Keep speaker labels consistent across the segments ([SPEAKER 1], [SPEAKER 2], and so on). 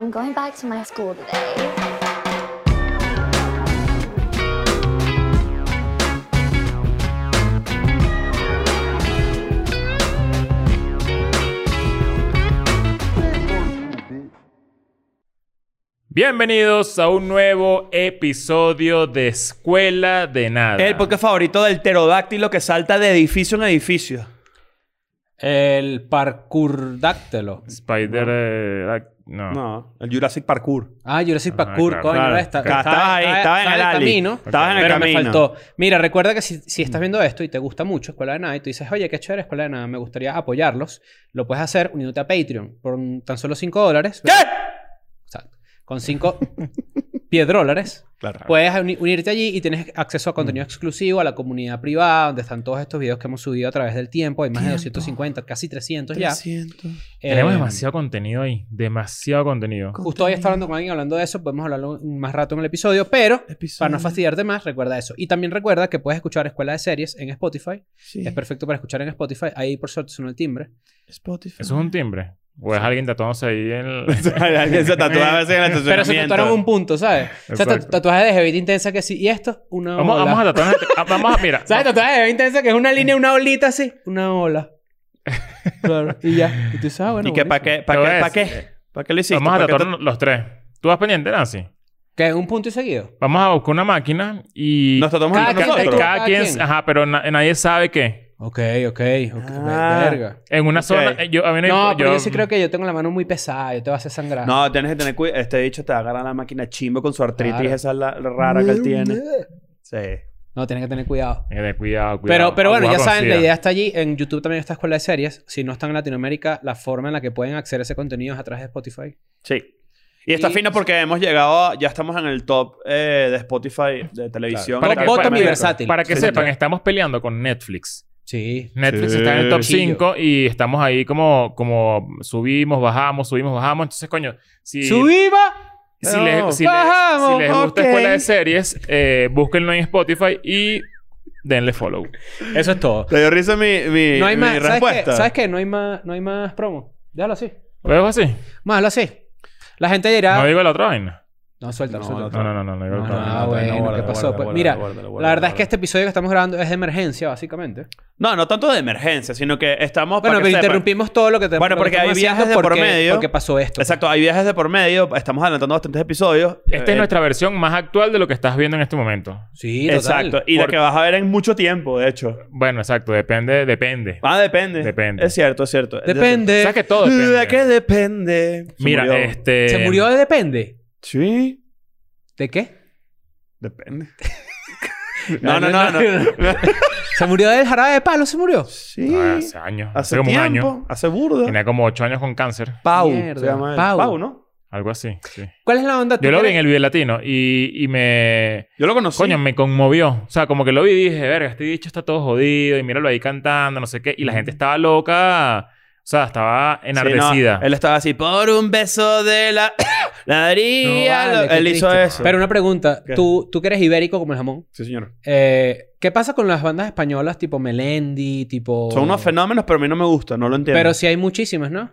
[SPEAKER 1] I'm going back to my school today.
[SPEAKER 2] Bienvenidos a un nuevo episodio de Escuela de Nada.
[SPEAKER 3] El podcast favorito del pterodáctilo que salta de edificio en edificio.
[SPEAKER 4] El parkour dáctelo.
[SPEAKER 2] Spider. eh, ac- no.
[SPEAKER 3] No, el Jurassic Parkour.
[SPEAKER 4] Ah, Jurassic
[SPEAKER 2] Ah,
[SPEAKER 4] Parkour,
[SPEAKER 2] claro.
[SPEAKER 4] coño,
[SPEAKER 3] Claro.
[SPEAKER 4] esta.
[SPEAKER 3] Claro,
[SPEAKER 4] estaba-
[SPEAKER 3] estabas ahí,
[SPEAKER 4] estaba-
[SPEAKER 3] estabas en
[SPEAKER 4] estaba
[SPEAKER 3] el alley.
[SPEAKER 4] camino,
[SPEAKER 3] Estabas en el
[SPEAKER 4] pero
[SPEAKER 3] camino. Mm.
[SPEAKER 4] me faltó. Mira, recuerda que si, si estás viendo esto y te gusta mucho Escuela de Nada y tú dices, oye, qué chévere Escuela de Nada, me gustaría apoyarlos, lo puedes hacer uniéndote a Patreon por un- tan solo 5 dólares.
[SPEAKER 3] ¿Qué?
[SPEAKER 4] Exacto. Con 5 piedrólares.
[SPEAKER 3] Claro.
[SPEAKER 4] Puedes uni- unirte allí y tienes acceso a contenido exclusivo, a la comunidad privada, donde están todos estos videos que hemos subido a través del tiempo. Hay más de 250, casi 300, ya.
[SPEAKER 2] Tenemos
[SPEAKER 4] Eh,
[SPEAKER 2] demasiado contenido ahí. Demasiado contenido.
[SPEAKER 4] Justo hoy estaba hablando con alguien hablando de eso, podemos hablarlo más rato en el episodio, pero para no fastidiarte más, recuerda eso. Y también recuerda que puedes escuchar Escuela de Series en Spotify. Es perfecto para escuchar en Spotify. Ahí, por suerte, suena el timbre.
[SPEAKER 2] ¿Eso es un timbre? ¿O es alguien tatuándose ahí en el.
[SPEAKER 3] Alguien se tatúa a veces en el
[SPEAKER 4] Pero se
[SPEAKER 3] estacionamiento.
[SPEAKER 4] tatuaron un punto, ¿sabes? O sea,
[SPEAKER 2] Exacto.
[SPEAKER 4] tatu- tatuaje de Jevita Intensa que sí. ¿Y esto? Una
[SPEAKER 2] vamos,
[SPEAKER 4] ola.
[SPEAKER 2] vamos a tatuar. a- Vamos a. Mira.
[SPEAKER 4] ¿Sabes? Tatuaje de Jevita Intensa que es una línea, una olita así. Una ola. Claro. Y ya. Y tú sabes, bueno.
[SPEAKER 3] ¿Y qué? ¿Para qué?
[SPEAKER 4] buenísimo.
[SPEAKER 3] ¿Para
[SPEAKER 2] Te voy
[SPEAKER 3] qué?
[SPEAKER 2] a
[SPEAKER 3] ¿Para
[SPEAKER 2] decir,
[SPEAKER 4] Eh,
[SPEAKER 3] qué? ¿Para qué lo hiciste?
[SPEAKER 2] Vamos a
[SPEAKER 3] ¿Para qué
[SPEAKER 2] tatuarnos los tres. ¿Tú vas pendiente, Nancy?
[SPEAKER 4] ¿Qué? ¿Un punto y seguido?
[SPEAKER 2] Vamos a buscar una máquina
[SPEAKER 3] te-
[SPEAKER 2] y.
[SPEAKER 3] Nos tatuamos
[SPEAKER 4] Cada
[SPEAKER 3] entre
[SPEAKER 4] quien-
[SPEAKER 3] nosotros.
[SPEAKER 2] cada
[SPEAKER 4] cada
[SPEAKER 2] quien.
[SPEAKER 4] quien.
[SPEAKER 2] Ajá, pero na- nadie sabe qué.
[SPEAKER 4] Ok, ok. ok.
[SPEAKER 3] Ah.
[SPEAKER 4] Verga.
[SPEAKER 2] En una zona. eh, Yo, a mí
[SPEAKER 4] No, pero yo sí creo que yo tengo la mano muy pesada. Yo te voy a hacer sangrar.
[SPEAKER 3] No, tienes que tener cuidado. Este bicho te va a agarrar la máquina chimbo con su artritis
[SPEAKER 4] Claro.
[SPEAKER 3] esa la, la rara que él tiene. Sí.
[SPEAKER 4] No, tienes que tener cuidado.
[SPEAKER 2] Cuidado, Eh, cuidado.
[SPEAKER 4] Pero, pero bueno, ya
[SPEAKER 2] Cuidado con
[SPEAKER 4] saben, la
[SPEAKER 2] SIDA.
[SPEAKER 4] idea está allí. En YouTube también está Escuela de Series. Si no están en Latinoamérica, la forma en la que pueden acceder a ese contenido es a través de Spotify.
[SPEAKER 3] Sí. Y está
[SPEAKER 4] Y-
[SPEAKER 3] fino porque hemos llegado, a- ya estamos en el top eh, de Spotify de televisión.
[SPEAKER 4] Para
[SPEAKER 3] Tal-
[SPEAKER 4] que-
[SPEAKER 3] tal-
[SPEAKER 4] Bottom
[SPEAKER 3] tal-
[SPEAKER 4] y versátil.
[SPEAKER 2] Para que
[SPEAKER 3] Sí,
[SPEAKER 2] sepan,
[SPEAKER 3] señor.
[SPEAKER 2] estamos peleando con Netflix.
[SPEAKER 4] Sí.
[SPEAKER 2] Netflix
[SPEAKER 3] Sí.
[SPEAKER 2] está en el top
[SPEAKER 4] Chillo.
[SPEAKER 2] 5 y estamos ahí como, como subimos, bajamos, subimos, bajamos. Entonces, coño, si,
[SPEAKER 4] ¡Subiva!
[SPEAKER 2] si, les, si, les-
[SPEAKER 4] Bajamos,
[SPEAKER 2] si les gusta
[SPEAKER 3] ok.
[SPEAKER 2] Escuela de Series, eh, búsquenlo en Spotify y denle follow.
[SPEAKER 4] Eso es todo.
[SPEAKER 3] Te dio risa mi, mi,
[SPEAKER 4] No hay
[SPEAKER 3] mi
[SPEAKER 4] más. ¿Sabes qué?
[SPEAKER 3] respuesta.
[SPEAKER 4] ¿Sabes qué? No hay más, no hay más promo. Déjalo así.
[SPEAKER 2] ¿Lo dejo así?
[SPEAKER 4] Más, lo así. La gente dirá.
[SPEAKER 2] No
[SPEAKER 4] No,
[SPEAKER 2] digo la otra vaina.
[SPEAKER 4] suelta, no,
[SPEAKER 3] No,
[SPEAKER 4] suelta.
[SPEAKER 2] No, no, no, no, no digo la
[SPEAKER 4] No,
[SPEAKER 2] otra
[SPEAKER 4] no,
[SPEAKER 2] vaina.
[SPEAKER 4] no. Ah, bueno, ¿qué pasó? Pues mira, La verdad es que este episodio que estamos grabando es de emergencia, básicamente.
[SPEAKER 3] No, no tanto de emergencia, sino que estamos... para
[SPEAKER 4] Bueno,
[SPEAKER 3] que
[SPEAKER 4] pero
[SPEAKER 3] sepan.
[SPEAKER 4] interrumpimos todo lo que tenemos.
[SPEAKER 3] Bueno,
[SPEAKER 4] lo que
[SPEAKER 3] porque
[SPEAKER 4] estamos
[SPEAKER 3] hay
[SPEAKER 4] haciendo
[SPEAKER 3] viajes de por
[SPEAKER 4] porque-
[SPEAKER 3] medio.
[SPEAKER 4] Porque pasó esto.
[SPEAKER 3] Exacto, hay viajes de por medio. Estamos adelantando bastantes episodios.
[SPEAKER 4] Este
[SPEAKER 2] Esta
[SPEAKER 3] Eh,
[SPEAKER 2] es nuestra versión más actual de lo que estás viendo en este momento.
[SPEAKER 4] Sí, total.
[SPEAKER 3] Exacto. Y la
[SPEAKER 2] Por-
[SPEAKER 3] que vas a ver en mucho tiempo, de hecho.
[SPEAKER 2] Bueno, exacto. Depende, depende.
[SPEAKER 3] Ah, depende.
[SPEAKER 2] Depende.
[SPEAKER 3] Es cierto, es cierto.
[SPEAKER 4] Depende.
[SPEAKER 2] ¿Sabes que todo depende?
[SPEAKER 3] ¿De qué depende? Se
[SPEAKER 2] Mira,
[SPEAKER 3] murió.
[SPEAKER 2] este...
[SPEAKER 4] ¿Se murió de depende?
[SPEAKER 3] Sí,
[SPEAKER 4] ¿De qué?
[SPEAKER 3] depende. no, no, no, no.
[SPEAKER 4] Ah, ¿Se murió del jarabe de palo? ¿Se murió?
[SPEAKER 3] Sí.
[SPEAKER 2] Ah, hace años. Hace,
[SPEAKER 3] Hace
[SPEAKER 2] como
[SPEAKER 3] tiempo.
[SPEAKER 2] un año.
[SPEAKER 3] Hace burda.
[SPEAKER 2] Tenía como ocho años con cáncer.
[SPEAKER 3] Pau.
[SPEAKER 4] Mierda.
[SPEAKER 3] Se llama él.
[SPEAKER 4] Pau.
[SPEAKER 3] Pau. ¿no?
[SPEAKER 2] Algo así, sí.
[SPEAKER 3] Ah,
[SPEAKER 4] ¿Cuál es la onda? ¿Tú
[SPEAKER 2] Yo lo vi
[SPEAKER 4] crees-
[SPEAKER 2] en el video latino y, y me...
[SPEAKER 3] Yo lo conocí.
[SPEAKER 2] Coño, me conmovió. O sea, como que lo vi y dije, verga, este dicho está todo jodido y míralo ahí cantando, no sé qué. Y la gente estaba loca. O sea, estaba
[SPEAKER 3] Sí, no,
[SPEAKER 2] enardecida.
[SPEAKER 3] él estaba así, por un beso de la... la haría...
[SPEAKER 4] No, vale,
[SPEAKER 3] lo- él
[SPEAKER 4] qué
[SPEAKER 3] hizo
[SPEAKER 4] triste.
[SPEAKER 3] eso.
[SPEAKER 4] Pero una pregunta.
[SPEAKER 3] ¿Qué?
[SPEAKER 4] Tú, tú que eres ibérico como el jamón.
[SPEAKER 3] Sí, señor.
[SPEAKER 4] eh, ¿Qué pasa con las bandas españolas tipo Melendi, tipo...
[SPEAKER 3] Son unos fenómenos, pero a mí no me gusta. No lo entiendo.
[SPEAKER 4] Pero sí hay muchísimas, ¿no?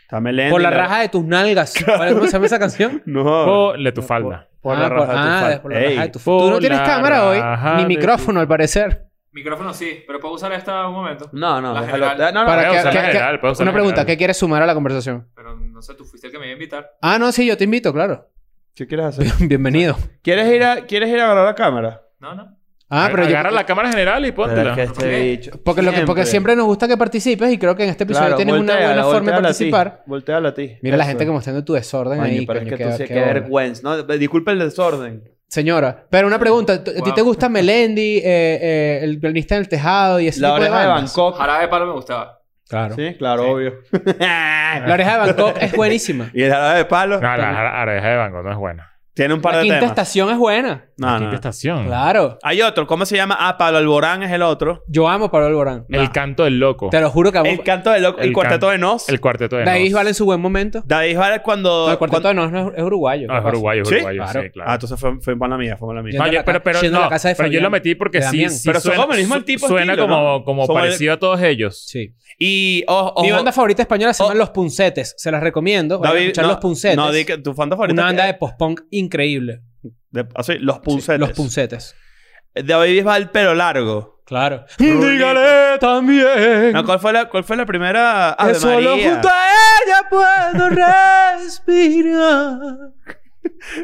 [SPEAKER 3] Está Melendi,
[SPEAKER 4] Por la raja de tus nalgas. ¿Cuál es- ¿Cómo se llama esa canción?
[SPEAKER 3] No.
[SPEAKER 2] Ponle tu falda.
[SPEAKER 3] Por
[SPEAKER 4] Ah,
[SPEAKER 3] la raja de tu
[SPEAKER 4] ah,
[SPEAKER 3] falda.
[SPEAKER 4] por la raja de
[SPEAKER 3] Ey.
[SPEAKER 4] tu Tú no
[SPEAKER 2] Por
[SPEAKER 4] tienes
[SPEAKER 2] la
[SPEAKER 4] cámara
[SPEAKER 2] raja
[SPEAKER 4] hoy. Ni
[SPEAKER 2] de
[SPEAKER 4] micrófono, al parecer.
[SPEAKER 2] Micrófono sí, pero puedo usar esta un momento.
[SPEAKER 3] No, no,
[SPEAKER 5] La
[SPEAKER 3] déjalo.
[SPEAKER 5] general.
[SPEAKER 3] No, eh, no,
[SPEAKER 4] Para
[SPEAKER 2] puedo
[SPEAKER 4] que-
[SPEAKER 2] usar la
[SPEAKER 4] que-
[SPEAKER 2] general,
[SPEAKER 4] que-
[SPEAKER 2] puedo usar la
[SPEAKER 4] una pregunta.
[SPEAKER 2] general.
[SPEAKER 4] ¿Qué quieres sumar a la conversación?
[SPEAKER 5] Pero no sé, tú fuiste el que me iba a invitar.
[SPEAKER 4] Ah, no, sí. Yo te invito, claro.
[SPEAKER 3] ¿Qué quieres hacer?
[SPEAKER 4] Bienvenido.
[SPEAKER 3] ¿Quieres ir a, ¿quieres ir a grabar la cámara?
[SPEAKER 5] No, no.
[SPEAKER 4] Ah, pero yo...
[SPEAKER 2] Agarra la cámara general y póntela.
[SPEAKER 3] Pero es que este
[SPEAKER 5] ¿Por qué?
[SPEAKER 3] bicho-
[SPEAKER 4] Porque, lo que, porque siempre nos gusta que participes y creo que en este episodio
[SPEAKER 3] Claro,
[SPEAKER 4] tienes
[SPEAKER 3] voltéala,
[SPEAKER 4] una buena forma de
[SPEAKER 3] voltéala a ti,
[SPEAKER 4] participar.
[SPEAKER 3] Voltéala a ti.
[SPEAKER 4] Mira la
[SPEAKER 3] Eso.
[SPEAKER 4] gente como está en tu desorden
[SPEAKER 3] Coño,
[SPEAKER 4] ahí.
[SPEAKER 3] pero es
[SPEAKER 4] coño,
[SPEAKER 3] que
[SPEAKER 4] qué-
[SPEAKER 3] tú sí
[SPEAKER 4] qué
[SPEAKER 3] que
[SPEAKER 4] bola.
[SPEAKER 3] vergüenza. No, disculpa el desorden.
[SPEAKER 4] Señora, pero una pregunta. ¿tú- ¿A ti
[SPEAKER 5] Wow.
[SPEAKER 4] te gusta Melendi, eh, eh, el pianista en el tejado y ese
[SPEAKER 3] La
[SPEAKER 4] tipo de
[SPEAKER 3] oreja de
[SPEAKER 4] bandas?
[SPEAKER 3] Bangkok.
[SPEAKER 5] Jarabe de palo me gustaba.
[SPEAKER 4] Claro.
[SPEAKER 3] Sí, claro, obvio.
[SPEAKER 4] La oreja de Bangkok es buenísima.
[SPEAKER 3] y el jarabe de palo.
[SPEAKER 2] No, la la oreja de banco no es buena.
[SPEAKER 3] Tiene un par
[SPEAKER 4] La
[SPEAKER 3] de
[SPEAKER 4] quinta
[SPEAKER 3] temas. Mm.
[SPEAKER 4] estación es buena.
[SPEAKER 3] No, no,
[SPEAKER 2] Quinta
[SPEAKER 3] no.
[SPEAKER 2] estación.
[SPEAKER 4] Claro.
[SPEAKER 3] Hay otro, ¿cómo se llama? Ah, Pablo Alborán es el otro.
[SPEAKER 4] Yo amo Pablo Alborán.
[SPEAKER 2] El
[SPEAKER 3] No.
[SPEAKER 2] canto del loco.
[SPEAKER 4] Te lo juro que amo.
[SPEAKER 3] El canto del loco, el,
[SPEAKER 2] El
[SPEAKER 3] cuarteto
[SPEAKER 2] canto.
[SPEAKER 3] de Nos.
[SPEAKER 2] El cuarteto de
[SPEAKER 4] David
[SPEAKER 2] Nos.
[SPEAKER 4] Bisbal en su buen momento.
[SPEAKER 3] David Vara cuando.
[SPEAKER 4] No, el cuarteto
[SPEAKER 3] cuando-
[SPEAKER 4] de Nos no es, es uruguayo.
[SPEAKER 2] No, es
[SPEAKER 4] capaz.
[SPEAKER 2] uruguayo, es
[SPEAKER 3] ¿Sí?
[SPEAKER 2] uruguayo. Sí,
[SPEAKER 4] Claro.
[SPEAKER 2] claro.
[SPEAKER 3] Ah, entonces fue, fue mala mía, fue mala mía.
[SPEAKER 4] Yendo
[SPEAKER 2] No,
[SPEAKER 4] a
[SPEAKER 2] yo-
[SPEAKER 4] la
[SPEAKER 2] pero,
[SPEAKER 4] ca-
[SPEAKER 2] pero
[SPEAKER 4] yendo a
[SPEAKER 2] no,
[SPEAKER 4] la casa de
[SPEAKER 2] pero yo
[SPEAKER 4] Fabián.
[SPEAKER 2] lo metí porque
[SPEAKER 4] De
[SPEAKER 2] sí,
[SPEAKER 4] Damián.
[SPEAKER 2] pero
[SPEAKER 3] Pero son
[SPEAKER 2] suena,
[SPEAKER 3] como el mismo
[SPEAKER 2] su-
[SPEAKER 3] tipo
[SPEAKER 2] suena
[SPEAKER 3] estilo,
[SPEAKER 2] como,
[SPEAKER 3] ¿no?
[SPEAKER 2] como
[SPEAKER 3] Son
[SPEAKER 2] parecido a todos ellos.
[SPEAKER 4] Sí.
[SPEAKER 3] Y. ojo,
[SPEAKER 4] Mi
[SPEAKER 3] ojo,
[SPEAKER 4] banda favorita española se
[SPEAKER 3] Oh.
[SPEAKER 4] llama Los Puncetes. Se las recomiendo. Vayan a escuchar
[SPEAKER 3] no,
[SPEAKER 4] Los Puncetes.
[SPEAKER 3] No, di que tu fanta favorita.
[SPEAKER 4] Una banda de
[SPEAKER 3] es-
[SPEAKER 4] post-punk increíble.
[SPEAKER 3] de- ah, sí, los puncetes. Eh,
[SPEAKER 4] Sí, los Puncetes.
[SPEAKER 3] David Bisbal, pero largo.
[SPEAKER 4] Claro.
[SPEAKER 3] Rubio.
[SPEAKER 4] Dígale también.
[SPEAKER 3] No, ¿cuál, fue la, ¿Cuál fue la primera? Ave
[SPEAKER 4] que solo
[SPEAKER 3] María.
[SPEAKER 4] junto a ella puedo respirar.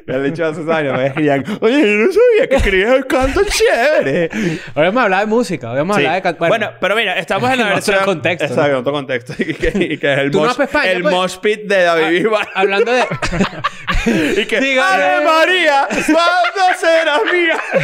[SPEAKER 3] Me han dicho hace años. Me decían, oye, yo no sabía que escribías el canto chévere.
[SPEAKER 4] Ahora hemos hablado de música. Ahora hemos
[SPEAKER 3] Sí.
[SPEAKER 4] hablado de... can-
[SPEAKER 3] Bueno, pero mira, estamos en la
[SPEAKER 4] En otro
[SPEAKER 3] versión...
[SPEAKER 4] contexto,
[SPEAKER 3] Exacto,
[SPEAKER 4] ¿no?
[SPEAKER 3] en otro contexto. y que, y que es el,
[SPEAKER 4] Tú no
[SPEAKER 3] mosh,
[SPEAKER 4] haces España,
[SPEAKER 3] el
[SPEAKER 4] pues.
[SPEAKER 3] mosh pit de David Bisbal.
[SPEAKER 4] Hablando de...
[SPEAKER 3] y que...
[SPEAKER 4] Dígame.
[SPEAKER 3] ¡Ave María! ¿Cuándo serás mía?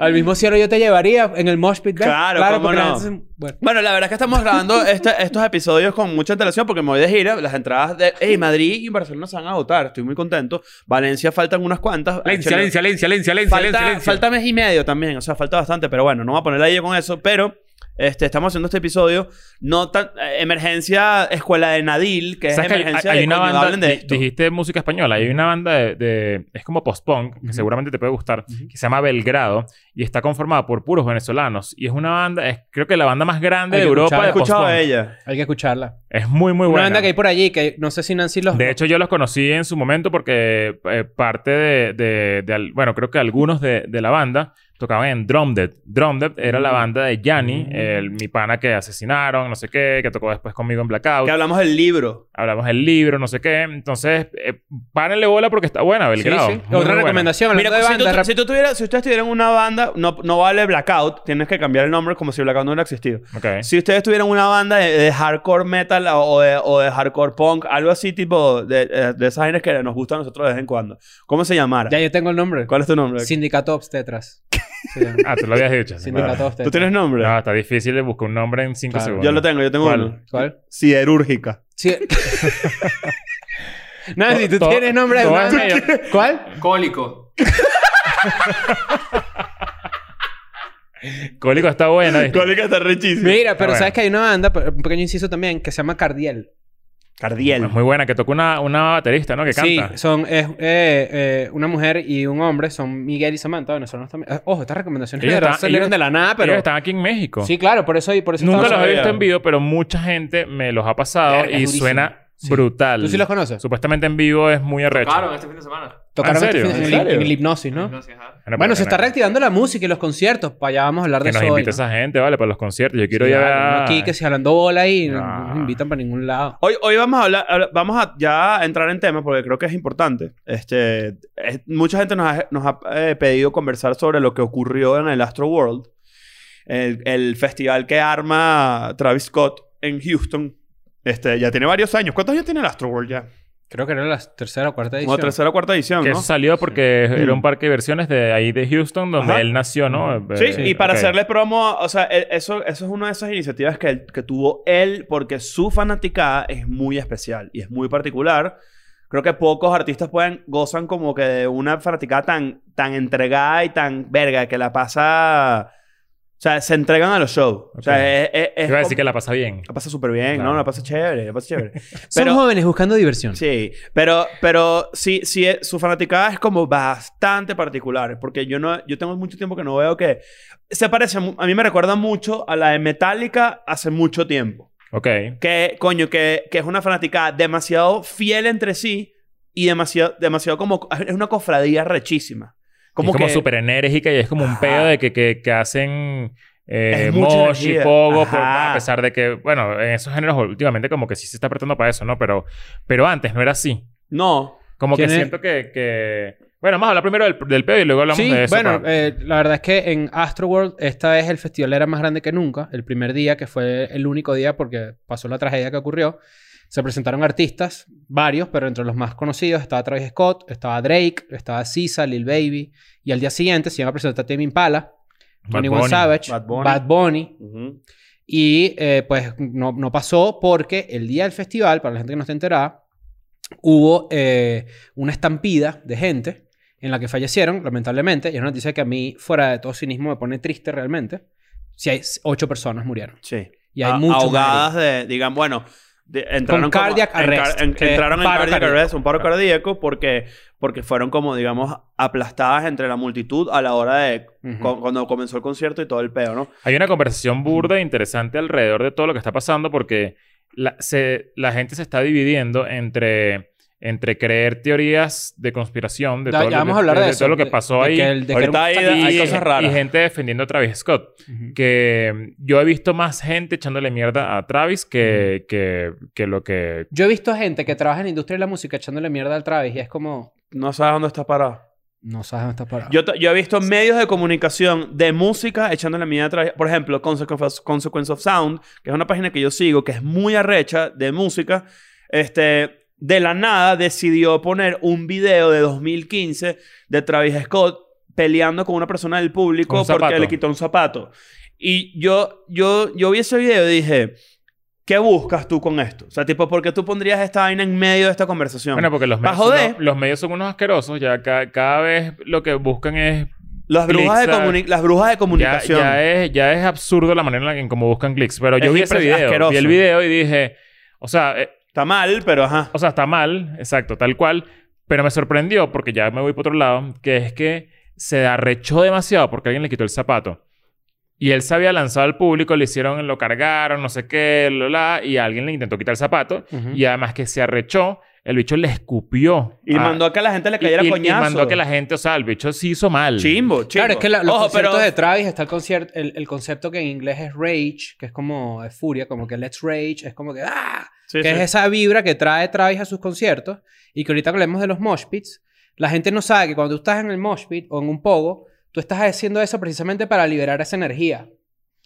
[SPEAKER 4] Al mismo cielo yo te llevaría en el mosh pit. ¿ves?
[SPEAKER 3] Claro, ¿cómo
[SPEAKER 4] porque la
[SPEAKER 3] no?
[SPEAKER 4] gente se- bueno.
[SPEAKER 3] Bueno, la verdad es que estamos grabando este- estos episodios con mucha antelación porque me voy de gira. Las entradas de hey, Madrid y Barcelona se van a agotar. Estoy muy contento. Valencia faltan unas cuantas.
[SPEAKER 2] Silencio,
[SPEAKER 3] Actually,
[SPEAKER 2] silencio, silencio, silencio, silencio,
[SPEAKER 3] falta,
[SPEAKER 2] silencio.
[SPEAKER 3] falta mes y medio también. O sea, falta bastante. Pero bueno, no voy a poner ahí yo con eso. Pero este, estamos haciendo este episodio. No tan, eh, emergencia Escuela de Nadil, que es
[SPEAKER 2] ¿Sabes que hay-
[SPEAKER 3] emergencia
[SPEAKER 2] hay,
[SPEAKER 3] de
[SPEAKER 2] una
[SPEAKER 3] coño,
[SPEAKER 2] banda,
[SPEAKER 3] hablen de
[SPEAKER 2] di-
[SPEAKER 3] esto.
[SPEAKER 2] dijiste música española, hay una banda de, de- es como post-punk, que seguramente te puede gustar, que se llama Belgrado y está conformada por puros venezolanos y es una banda, es creo que la banda más grande
[SPEAKER 4] Hay
[SPEAKER 2] de
[SPEAKER 4] que
[SPEAKER 2] Europa
[SPEAKER 4] escuchar,
[SPEAKER 3] He
[SPEAKER 2] de
[SPEAKER 3] escuchado
[SPEAKER 2] post-punk.
[SPEAKER 3] a ella.
[SPEAKER 4] Hay que escucharla.
[SPEAKER 2] Es muy muy
[SPEAKER 4] Una
[SPEAKER 2] buena.
[SPEAKER 4] banda que hay por allí que no sé si Nancy los...
[SPEAKER 2] De hecho, yo los conocí en su momento porque eh, parte de, de- de al- bueno, creo que algunos de, de la banda tocaban en Drum Dead. Drum Dead era
[SPEAKER 4] Mm.
[SPEAKER 2] la banda de Yanni, el- mi pana que asesinaron, no sé qué, que tocó después conmigo en Blackout.
[SPEAKER 3] Que hablamos del libro.
[SPEAKER 2] Hablamos del libro, no sé qué. Entonces, eh, párenle bola porque está buena,
[SPEAKER 4] Sí,
[SPEAKER 2] Belgrado.
[SPEAKER 4] sí.
[SPEAKER 2] Muy, muy
[SPEAKER 4] Otra
[SPEAKER 2] buena.
[SPEAKER 4] recomendación.
[SPEAKER 3] Mira,
[SPEAKER 4] hablando de
[SPEAKER 3] si,
[SPEAKER 4] banda,
[SPEAKER 3] tú- si tú tuvieras- si ustedes tuvieran una banda, no, no vale Blackout. Tienes que cambiar el nombre como si Blackout no hubiera existido.
[SPEAKER 2] Ok.
[SPEAKER 3] Si ustedes tuvieran una banda de, de hardcore metal o de, o de hardcore punk, algo así tipo de, eh, de- de esas vainas que nos gustan a nosotros de vez en cuando, ¿cómo se llamara?
[SPEAKER 4] Ya yo tengo el nombre.
[SPEAKER 3] ¿Cuál es tu nombre?
[SPEAKER 4] Sindicato Obstetras. Se llama.
[SPEAKER 2] Ah, te lo habías dicho.
[SPEAKER 4] Sindicato Obstetras.
[SPEAKER 3] ¿Tú tienes nombre?
[SPEAKER 2] No, está difícil de buscar un nombre en 5
[SPEAKER 4] Claro.
[SPEAKER 2] segundos.
[SPEAKER 3] yo lo tengo, yo tengo
[SPEAKER 2] Ah, ¿Cuál?
[SPEAKER 3] uno.
[SPEAKER 4] ¿Cuál?
[SPEAKER 3] Siderúrgica.
[SPEAKER 4] Sí. Nancy, ¿tú
[SPEAKER 2] To-
[SPEAKER 4] tienes nombre de
[SPEAKER 2] todo
[SPEAKER 4] banda?
[SPEAKER 2] en ello.
[SPEAKER 4] ¿Cuál?
[SPEAKER 5] Cólico.
[SPEAKER 2] Cólico está buena. ¿viste?
[SPEAKER 3] Cólica está rechísimo.
[SPEAKER 4] Mira, pero
[SPEAKER 2] Ah, bueno.
[SPEAKER 4] sabes que hay una banda, pero un pequeño inciso también, que se llama Cardiel.
[SPEAKER 3] Cardiel.
[SPEAKER 2] Es muy buena, que tocó una, una baterista, ¿no? Que canta.
[SPEAKER 4] Sí, son es, eh, eh, una mujer y un hombre, son Miguel y Samantha, venezolanos también. Ah, Ojo, estas recomendaciones
[SPEAKER 2] Ellos
[SPEAKER 4] de verdad
[SPEAKER 2] están-
[SPEAKER 4] salieron
[SPEAKER 2] ellos-
[SPEAKER 4] de la nada, pero.
[SPEAKER 2] Ellos están aquí en México.
[SPEAKER 4] Sí, claro, por eso, y por eso
[SPEAKER 2] Nunca
[SPEAKER 4] estamos-
[SPEAKER 2] los he visto
[SPEAKER 3] sabía.
[SPEAKER 2] en vivo, pero mucha gente me los ha pasado
[SPEAKER 4] Verga, es
[SPEAKER 2] y
[SPEAKER 4] durísimo.
[SPEAKER 2] suena
[SPEAKER 4] Sí.
[SPEAKER 2] brutal.
[SPEAKER 4] ¿Tú sí los conoces?
[SPEAKER 2] Supuestamente en vivo es muy arrecho.
[SPEAKER 5] Tocaron este fin de semana.
[SPEAKER 4] Tocaron
[SPEAKER 2] ¿En
[SPEAKER 4] este
[SPEAKER 2] serio?
[SPEAKER 4] fin-
[SPEAKER 2] ¿En
[SPEAKER 4] en,
[SPEAKER 3] serio?
[SPEAKER 4] el, en el hipnosis, ¿no?
[SPEAKER 5] Hipnosis, ajá.
[SPEAKER 4] Bueno, se
[SPEAKER 2] pero
[SPEAKER 4] está
[SPEAKER 2] no.
[SPEAKER 4] reactivando la música y los conciertos. Para allá vamos a hablar de
[SPEAKER 2] Que nos
[SPEAKER 4] eso. hoy,
[SPEAKER 2] invite
[SPEAKER 4] ¿no?
[SPEAKER 2] esa gente, ¿vale? Para los conciertos. Yo quiero
[SPEAKER 4] Sí,
[SPEAKER 2] ir
[SPEAKER 4] vale,
[SPEAKER 2] a...
[SPEAKER 4] uno aquí que se hablando bola y no
[SPEAKER 2] Ah.
[SPEAKER 4] nos invitan para ningún lado.
[SPEAKER 3] Hoy, hoy vamos a hablar, habla- vamos a ya entrar en tema porque creo que es importante. Este, es- mucha gente nos ha, nos ha, eh, pedido conversar sobre lo que ocurrió en el Astro World, el, el festival que arma Travis Scott en Houston. Este, ya tiene varios años. ¿Cuántos años tiene el Astro World ya?
[SPEAKER 4] Creo que era la tercera o cuarta edición.
[SPEAKER 3] Como tercera o cuarta edición,
[SPEAKER 2] Que
[SPEAKER 3] ¿no?
[SPEAKER 2] eso salió porque
[SPEAKER 3] Sí.
[SPEAKER 2] era un parque de diversiones de ahí de Houston, donde
[SPEAKER 3] Ajá.
[SPEAKER 2] él nació, ¿no?
[SPEAKER 3] Sí,
[SPEAKER 2] Eh,
[SPEAKER 3] y para
[SPEAKER 2] ok.
[SPEAKER 3] hacerle promo, o sea, e- eso, eso es una de esas iniciativas que, él- que tuvo él porque su fanaticada es muy especial y es muy particular. Creo que pocos artistas pueden gozan como que de una fanaticada tan, tan entregada y tan verga que la pasa... O sea, se entregan a los shows. O
[SPEAKER 2] Ok.
[SPEAKER 3] sea, es... es- es
[SPEAKER 2] Iba a decir
[SPEAKER 3] como-
[SPEAKER 2] que la pasa bien.
[SPEAKER 3] la pasa súper bien,
[SPEAKER 2] Claro.
[SPEAKER 3] ¿no? La pasa chévere, la pasa chévere.
[SPEAKER 4] Son
[SPEAKER 3] pero-
[SPEAKER 4] jóvenes buscando diversión.
[SPEAKER 3] Sí, pero, pero sí, sí, eh, su fanaticada es como bastante particular, porque yo no, yo tengo mucho tiempo que no veo que se parece, mu- a mí me recuerda mucho a la de Metallica hace mucho tiempo,
[SPEAKER 2] Ok.
[SPEAKER 3] que coño, que, que es una fanaticada demasiado fiel entre sí y demasiado, demasiado como, es una cofradía rechísima.
[SPEAKER 2] Como
[SPEAKER 3] Como
[SPEAKER 2] es como
[SPEAKER 3] que-
[SPEAKER 2] súper enérgica y es como un
[SPEAKER 3] Ajá.
[SPEAKER 2] pedo de que, que, que hacen... Eh,
[SPEAKER 3] Es mucha
[SPEAKER 2] mosh y
[SPEAKER 3] energía.
[SPEAKER 2] pogo, por-
[SPEAKER 3] Ajá.
[SPEAKER 2] a pesar de que, bueno, en esos géneros últimamente como que sí se está apretando para eso, ¿no? Pero, pero antes no era así.
[SPEAKER 3] No,
[SPEAKER 2] Como que
[SPEAKER 4] ¿Quién es?
[SPEAKER 2] siento que, que... Bueno, vamos a hablar primero del, del pedo y luego hablamos
[SPEAKER 4] Sí,
[SPEAKER 2] de eso.
[SPEAKER 4] bueno,
[SPEAKER 2] para-
[SPEAKER 4] eh, la verdad es que en Astroworld esta vez el festival era más grande que nunca. El primer día, que fue el único día porque pasó la tragedia que ocurrió, se presentaron artistas, varios, pero entre los más conocidos estaba Travis Scott, estaba Drake, estaba SZA, Lil Baby. Y al día siguiente se iba a presentar Tame Impala,
[SPEAKER 2] Bad
[SPEAKER 4] Tony
[SPEAKER 2] Bunny.
[SPEAKER 4] Savage,
[SPEAKER 3] Bad
[SPEAKER 4] Bad
[SPEAKER 3] Bunny.
[SPEAKER 4] Bunny.
[SPEAKER 3] Ujú.
[SPEAKER 4] Y eh, pues no, no pasó porque el día del festival, para la gente que no está enterada, hubo eh, una estampida de gente en la que fallecieron, lamentablemente, y es una noticia que a mí, fuera de todo cinismo, me pone triste realmente. Si hay s- ocho personas murieron.
[SPEAKER 3] Sí.
[SPEAKER 4] Y hay
[SPEAKER 3] A-
[SPEAKER 4] muchos
[SPEAKER 3] Ah, ahogadas de, digan, bueno, de- entraron como-
[SPEAKER 4] cardiac
[SPEAKER 3] en car-
[SPEAKER 4] arrest,
[SPEAKER 3] en-
[SPEAKER 4] que es
[SPEAKER 3] entraron en
[SPEAKER 4] paro
[SPEAKER 3] cardiac
[SPEAKER 4] cardíaco.
[SPEAKER 3] arrest, un paro cardíaco, porque, porque fueron como, digamos, aplastadas entre la multitud a la hora de
[SPEAKER 4] Ujú.
[SPEAKER 3] cu- cuando comenzó el concierto y todo el pedo, ¿no?
[SPEAKER 2] Hay una conversación burda e interesante alrededor de todo lo que está pasando porque la, se- la gente se está dividiendo entre, entre creer teorías de conspiración de,
[SPEAKER 4] Ya-
[SPEAKER 2] todo,
[SPEAKER 4] ya
[SPEAKER 2] lo
[SPEAKER 4] vamos
[SPEAKER 2] que,
[SPEAKER 4] a hablar de,
[SPEAKER 2] de
[SPEAKER 4] eso.
[SPEAKER 2] todo lo que
[SPEAKER 4] de-
[SPEAKER 2] pasó
[SPEAKER 4] de
[SPEAKER 2] ahí.
[SPEAKER 4] que el- de que
[SPEAKER 3] Ahorita
[SPEAKER 4] era un-
[SPEAKER 3] hay-
[SPEAKER 2] y,
[SPEAKER 3] hay cosas raras.
[SPEAKER 2] y gente defendiendo a Travis Scott.
[SPEAKER 4] Ujú.
[SPEAKER 2] Que mm, yo he visto más gente echándole mierda a Travis
[SPEAKER 4] Mm.
[SPEAKER 2] que, que, que lo que...
[SPEAKER 4] Yo he visto gente que trabaja en la industria de la música echándole mierda al Travis y es como...
[SPEAKER 3] No sabes dónde está parado.
[SPEAKER 4] No sabes dónde estás parado.
[SPEAKER 3] Yo, t- yo he visto medios de comunicación de música echando la mierda atrás. Por ejemplo, Consequence of, Consequence of Sound, que es una página que yo sigo, que es muy arrecha de música. Este, de la nada decidió poner un video de 2015 de Travis Scott peleando con una persona del público
[SPEAKER 2] Un zapato.
[SPEAKER 3] porque le quitó un zapato. Y yo, yo, yo vi ese video y dije, ¿qué buscas tú con esto? O sea, tipo, ¿por qué tú pondrías esta vaina en medio de esta conversación?
[SPEAKER 2] Bueno, porque los
[SPEAKER 3] Pa'
[SPEAKER 2] medios, son
[SPEAKER 3] joder.
[SPEAKER 2] unos- los medios son unos asquerosos. Ya ca- cada vez lo que buscan es
[SPEAKER 3] las, brujas de
[SPEAKER 2] clics, ¿sabes?
[SPEAKER 3] comuni- las brujas de
[SPEAKER 2] Ya,
[SPEAKER 3] comunicación.
[SPEAKER 2] ya es, ya es absurdo la manera en la que en cómo buscan clics. Pero yo
[SPEAKER 3] Es
[SPEAKER 2] vi ese
[SPEAKER 3] impres-
[SPEAKER 2] video.
[SPEAKER 3] asqueroso.
[SPEAKER 2] Vi el video y dije... O sea, eh,
[SPEAKER 3] Está mal, pero ajá.
[SPEAKER 2] o sea, está mal. Exacto, tal cual. Pero me sorprendió porque ya me voy por otro lado. Que es que se arrechó demasiado porque alguien le quitó el zapato. Y él se había lanzado al público. Le hicieron... Lo cargaron, no sé qué, lo, la... Y alguien le intentó quitar el zapato.
[SPEAKER 4] Ujú.
[SPEAKER 2] Y además que se arrechó. El bicho le escupió.
[SPEAKER 3] Y
[SPEAKER 4] Ah.
[SPEAKER 2] a-
[SPEAKER 3] mandó a que la gente le
[SPEAKER 2] y-
[SPEAKER 3] cayera
[SPEAKER 2] y- y
[SPEAKER 3] coñazo.
[SPEAKER 2] mandó a que la gente... O sea, el bicho sí hizo mal.
[SPEAKER 3] Chimbo, chimbo.
[SPEAKER 4] Claro, es que la- los
[SPEAKER 3] Ojo,
[SPEAKER 4] conciertos
[SPEAKER 3] pero...
[SPEAKER 4] de Travis está el, concierto, el, el concepto que en inglés es rage, que es como eh, furia, como que let's rage, es como que ¡ah!
[SPEAKER 3] Sí,
[SPEAKER 4] que
[SPEAKER 3] sí.
[SPEAKER 4] es esa vibra que trae Travis a sus conciertos. Y que ahorita que hablemos de los mosh pits, la gente no sabe que cuando tú estás en el mosh pit o en un pogo, tú estás haciendo eso precisamente para liberar esa energía.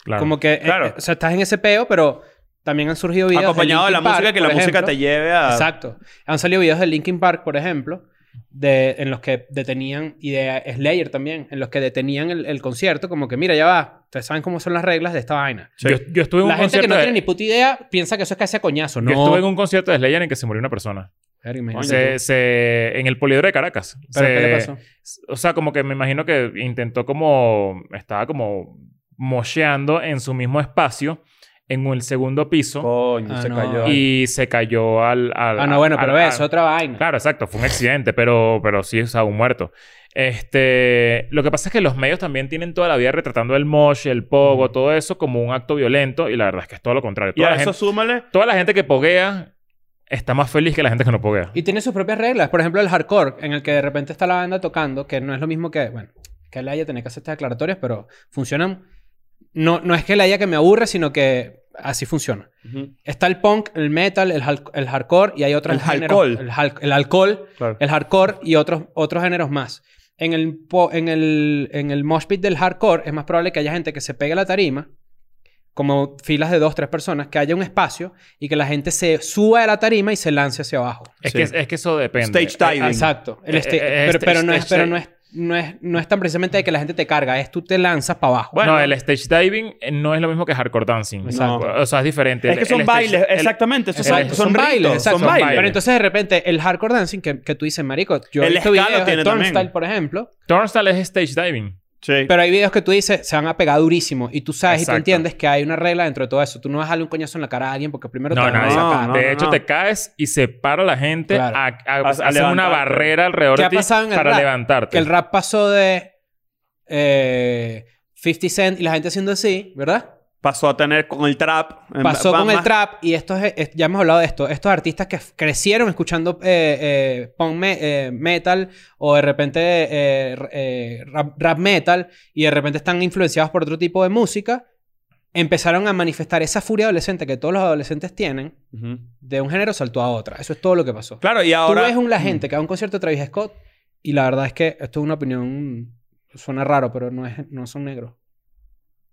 [SPEAKER 2] Claro.
[SPEAKER 4] Como que, eh,
[SPEAKER 3] Claro.
[SPEAKER 4] eh, o sea, estás en ese peo, pero también han surgido videos
[SPEAKER 3] Acompañado de la
[SPEAKER 4] Linkin Park,
[SPEAKER 3] música, que la
[SPEAKER 4] por
[SPEAKER 3] música
[SPEAKER 4] ejemplo.
[SPEAKER 3] te lleve a...
[SPEAKER 4] Exacto. Han salido videos de Linkin Park, por ejemplo, de, en los que detenían, y de Slayer también, en los que detenían el, el concierto, como que mira, ya va, ustedes saben cómo son las reglas de esta vaina.
[SPEAKER 2] Yo, yo estuve en
[SPEAKER 4] La
[SPEAKER 2] un
[SPEAKER 4] gente que
[SPEAKER 2] concierto
[SPEAKER 4] no tiene
[SPEAKER 2] de...
[SPEAKER 4] ni puta idea piensa que eso es casi a coñazo, ¿no?
[SPEAKER 2] Yo estuve en un concierto de Slayer en que se murió una persona.
[SPEAKER 4] Verga, imagínate tú.
[SPEAKER 2] Se, se- en el Poliedro de Caracas.
[SPEAKER 4] ¿Pero
[SPEAKER 2] Se-
[SPEAKER 4] qué le pasó?
[SPEAKER 2] O sea, como que me imagino que intentó como... Estaba como mocheando en su mismo espacio, en el segundo piso.
[SPEAKER 3] Coño,
[SPEAKER 4] Ah,
[SPEAKER 3] se
[SPEAKER 4] no.
[SPEAKER 3] cayó.
[SPEAKER 2] y se cayó al... al-
[SPEAKER 4] Ah, no, bueno,
[SPEAKER 2] al-
[SPEAKER 4] pero
[SPEAKER 2] al-
[SPEAKER 4] es otra vaina.
[SPEAKER 2] Claro, exacto. Fue un accidente, pero, pero sí, o sea, un muerto. Este, lo que pasa es que los medios también tienen toda la vida retratando el mosh, el pogo, todo eso como un acto violento. Y la verdad es que es todo lo contrario.
[SPEAKER 3] Y
[SPEAKER 2] Toda la
[SPEAKER 3] a eso
[SPEAKER 2] gente-
[SPEAKER 3] súmale...
[SPEAKER 2] Toda la gente que poguea está más feliz que la gente que no poguea.
[SPEAKER 4] Y tiene sus propias reglas. Por ejemplo, el hardcore, en el que de repente está la banda tocando, que no es lo mismo que, bueno, que la haya tener que hacer estas declaratorias, pero funcionan. No, no es que la haya que me aburre, sino que así funciona.
[SPEAKER 3] Ujú.
[SPEAKER 4] Está el punk, el metal, el, hal- el hardcore y hay otros
[SPEAKER 3] El
[SPEAKER 4] géneros.
[SPEAKER 3] alcohol.
[SPEAKER 4] El, hal- el alcohol,
[SPEAKER 3] Claro.
[SPEAKER 4] el hardcore y otros, otros géneros más. En el, po- en, el, en el mosh pit del hardcore es más probable que haya gente que se pegue a la tarima, como filas de dos, tres personas, que haya un espacio y que la gente se suba de la tarima y se lance hacia abajo.
[SPEAKER 2] Es,
[SPEAKER 3] Sí.
[SPEAKER 2] que, es, es que eso depende.
[SPEAKER 3] Stage diving.
[SPEAKER 4] Exacto. El
[SPEAKER 2] Eh,
[SPEAKER 4] sta-
[SPEAKER 2] eh,
[SPEAKER 4] pero,
[SPEAKER 2] este-
[SPEAKER 4] pero no es,
[SPEAKER 2] este-
[SPEAKER 4] pero no es, no es, no es tan precisamente de que la gente te carga, es tú te lanzas para abajo.
[SPEAKER 3] Bueno.
[SPEAKER 2] no, el stage diving eh, no es lo mismo que hardcore dancing.
[SPEAKER 4] Exacto.
[SPEAKER 2] O sea, es diferente.
[SPEAKER 3] Es
[SPEAKER 2] El-
[SPEAKER 3] que
[SPEAKER 2] el
[SPEAKER 3] son
[SPEAKER 2] stage-
[SPEAKER 3] bailes,
[SPEAKER 2] el-
[SPEAKER 3] exactamente. Son,
[SPEAKER 4] Exacto,
[SPEAKER 3] Pues son, ritos,
[SPEAKER 4] exacto.
[SPEAKER 3] Son bailes.
[SPEAKER 4] Pero entonces de repente el hardcore dancing que, que tú dices, marico, yo he
[SPEAKER 3] El
[SPEAKER 4] visto
[SPEAKER 3] escala
[SPEAKER 4] videos de
[SPEAKER 3] tiene
[SPEAKER 4] Turnstile,
[SPEAKER 3] también.
[SPEAKER 4] por ejemplo,
[SPEAKER 2] Turnstile es stage diving.
[SPEAKER 3] Sí.
[SPEAKER 4] pero hay videos que tú dices, se van a pegar durísimo y tú sabes y
[SPEAKER 2] Exacto.
[SPEAKER 4] tú entiendes que hay una regla dentro de todo eso. Tú no vas a darle un coñazo en la cara a alguien porque primero
[SPEAKER 2] No,
[SPEAKER 4] te
[SPEAKER 2] no,
[SPEAKER 4] van a
[SPEAKER 2] exacto.
[SPEAKER 4] sacar.
[SPEAKER 3] no,
[SPEAKER 2] de
[SPEAKER 3] no,
[SPEAKER 2] hecho,
[SPEAKER 3] no.
[SPEAKER 2] te caes y se para la gente.
[SPEAKER 4] Claro.
[SPEAKER 2] A, a-
[SPEAKER 3] A- a
[SPEAKER 2] hacen una
[SPEAKER 3] levantarte.
[SPEAKER 2] barrera alrededor
[SPEAKER 4] ¿Qué
[SPEAKER 2] de
[SPEAKER 4] ha
[SPEAKER 2] ti
[SPEAKER 4] pasado en el
[SPEAKER 2] para
[SPEAKER 4] rap?
[SPEAKER 2] levantarte.
[SPEAKER 4] Que el rap pasó de eh, 50 Cent y la gente haciendo así, ¿verdad?
[SPEAKER 3] Pasó a tener con el trap. en-
[SPEAKER 4] Pasó
[SPEAKER 3] va
[SPEAKER 4] con el
[SPEAKER 3] más-
[SPEAKER 4] trap y estos, es- ya hemos hablado de esto, estos artistas que f- crecieron escuchando eh, eh, punk me- eh, metal o de repente eh, r- eh, rap, rap metal y de repente están influenciados por otro tipo de música, empezaron a manifestar esa furia adolescente que todos los adolescentes tienen,
[SPEAKER 3] Ujú.
[SPEAKER 4] de un género saltó a otra. Eso es todo lo que pasó.
[SPEAKER 3] Claro, y ahora... Mm.
[SPEAKER 4] Tú ves un, la gente que va a un concierto de Travis Scott y la verdad es que esto es una opinión, suena raro, pero no, es, no son negros.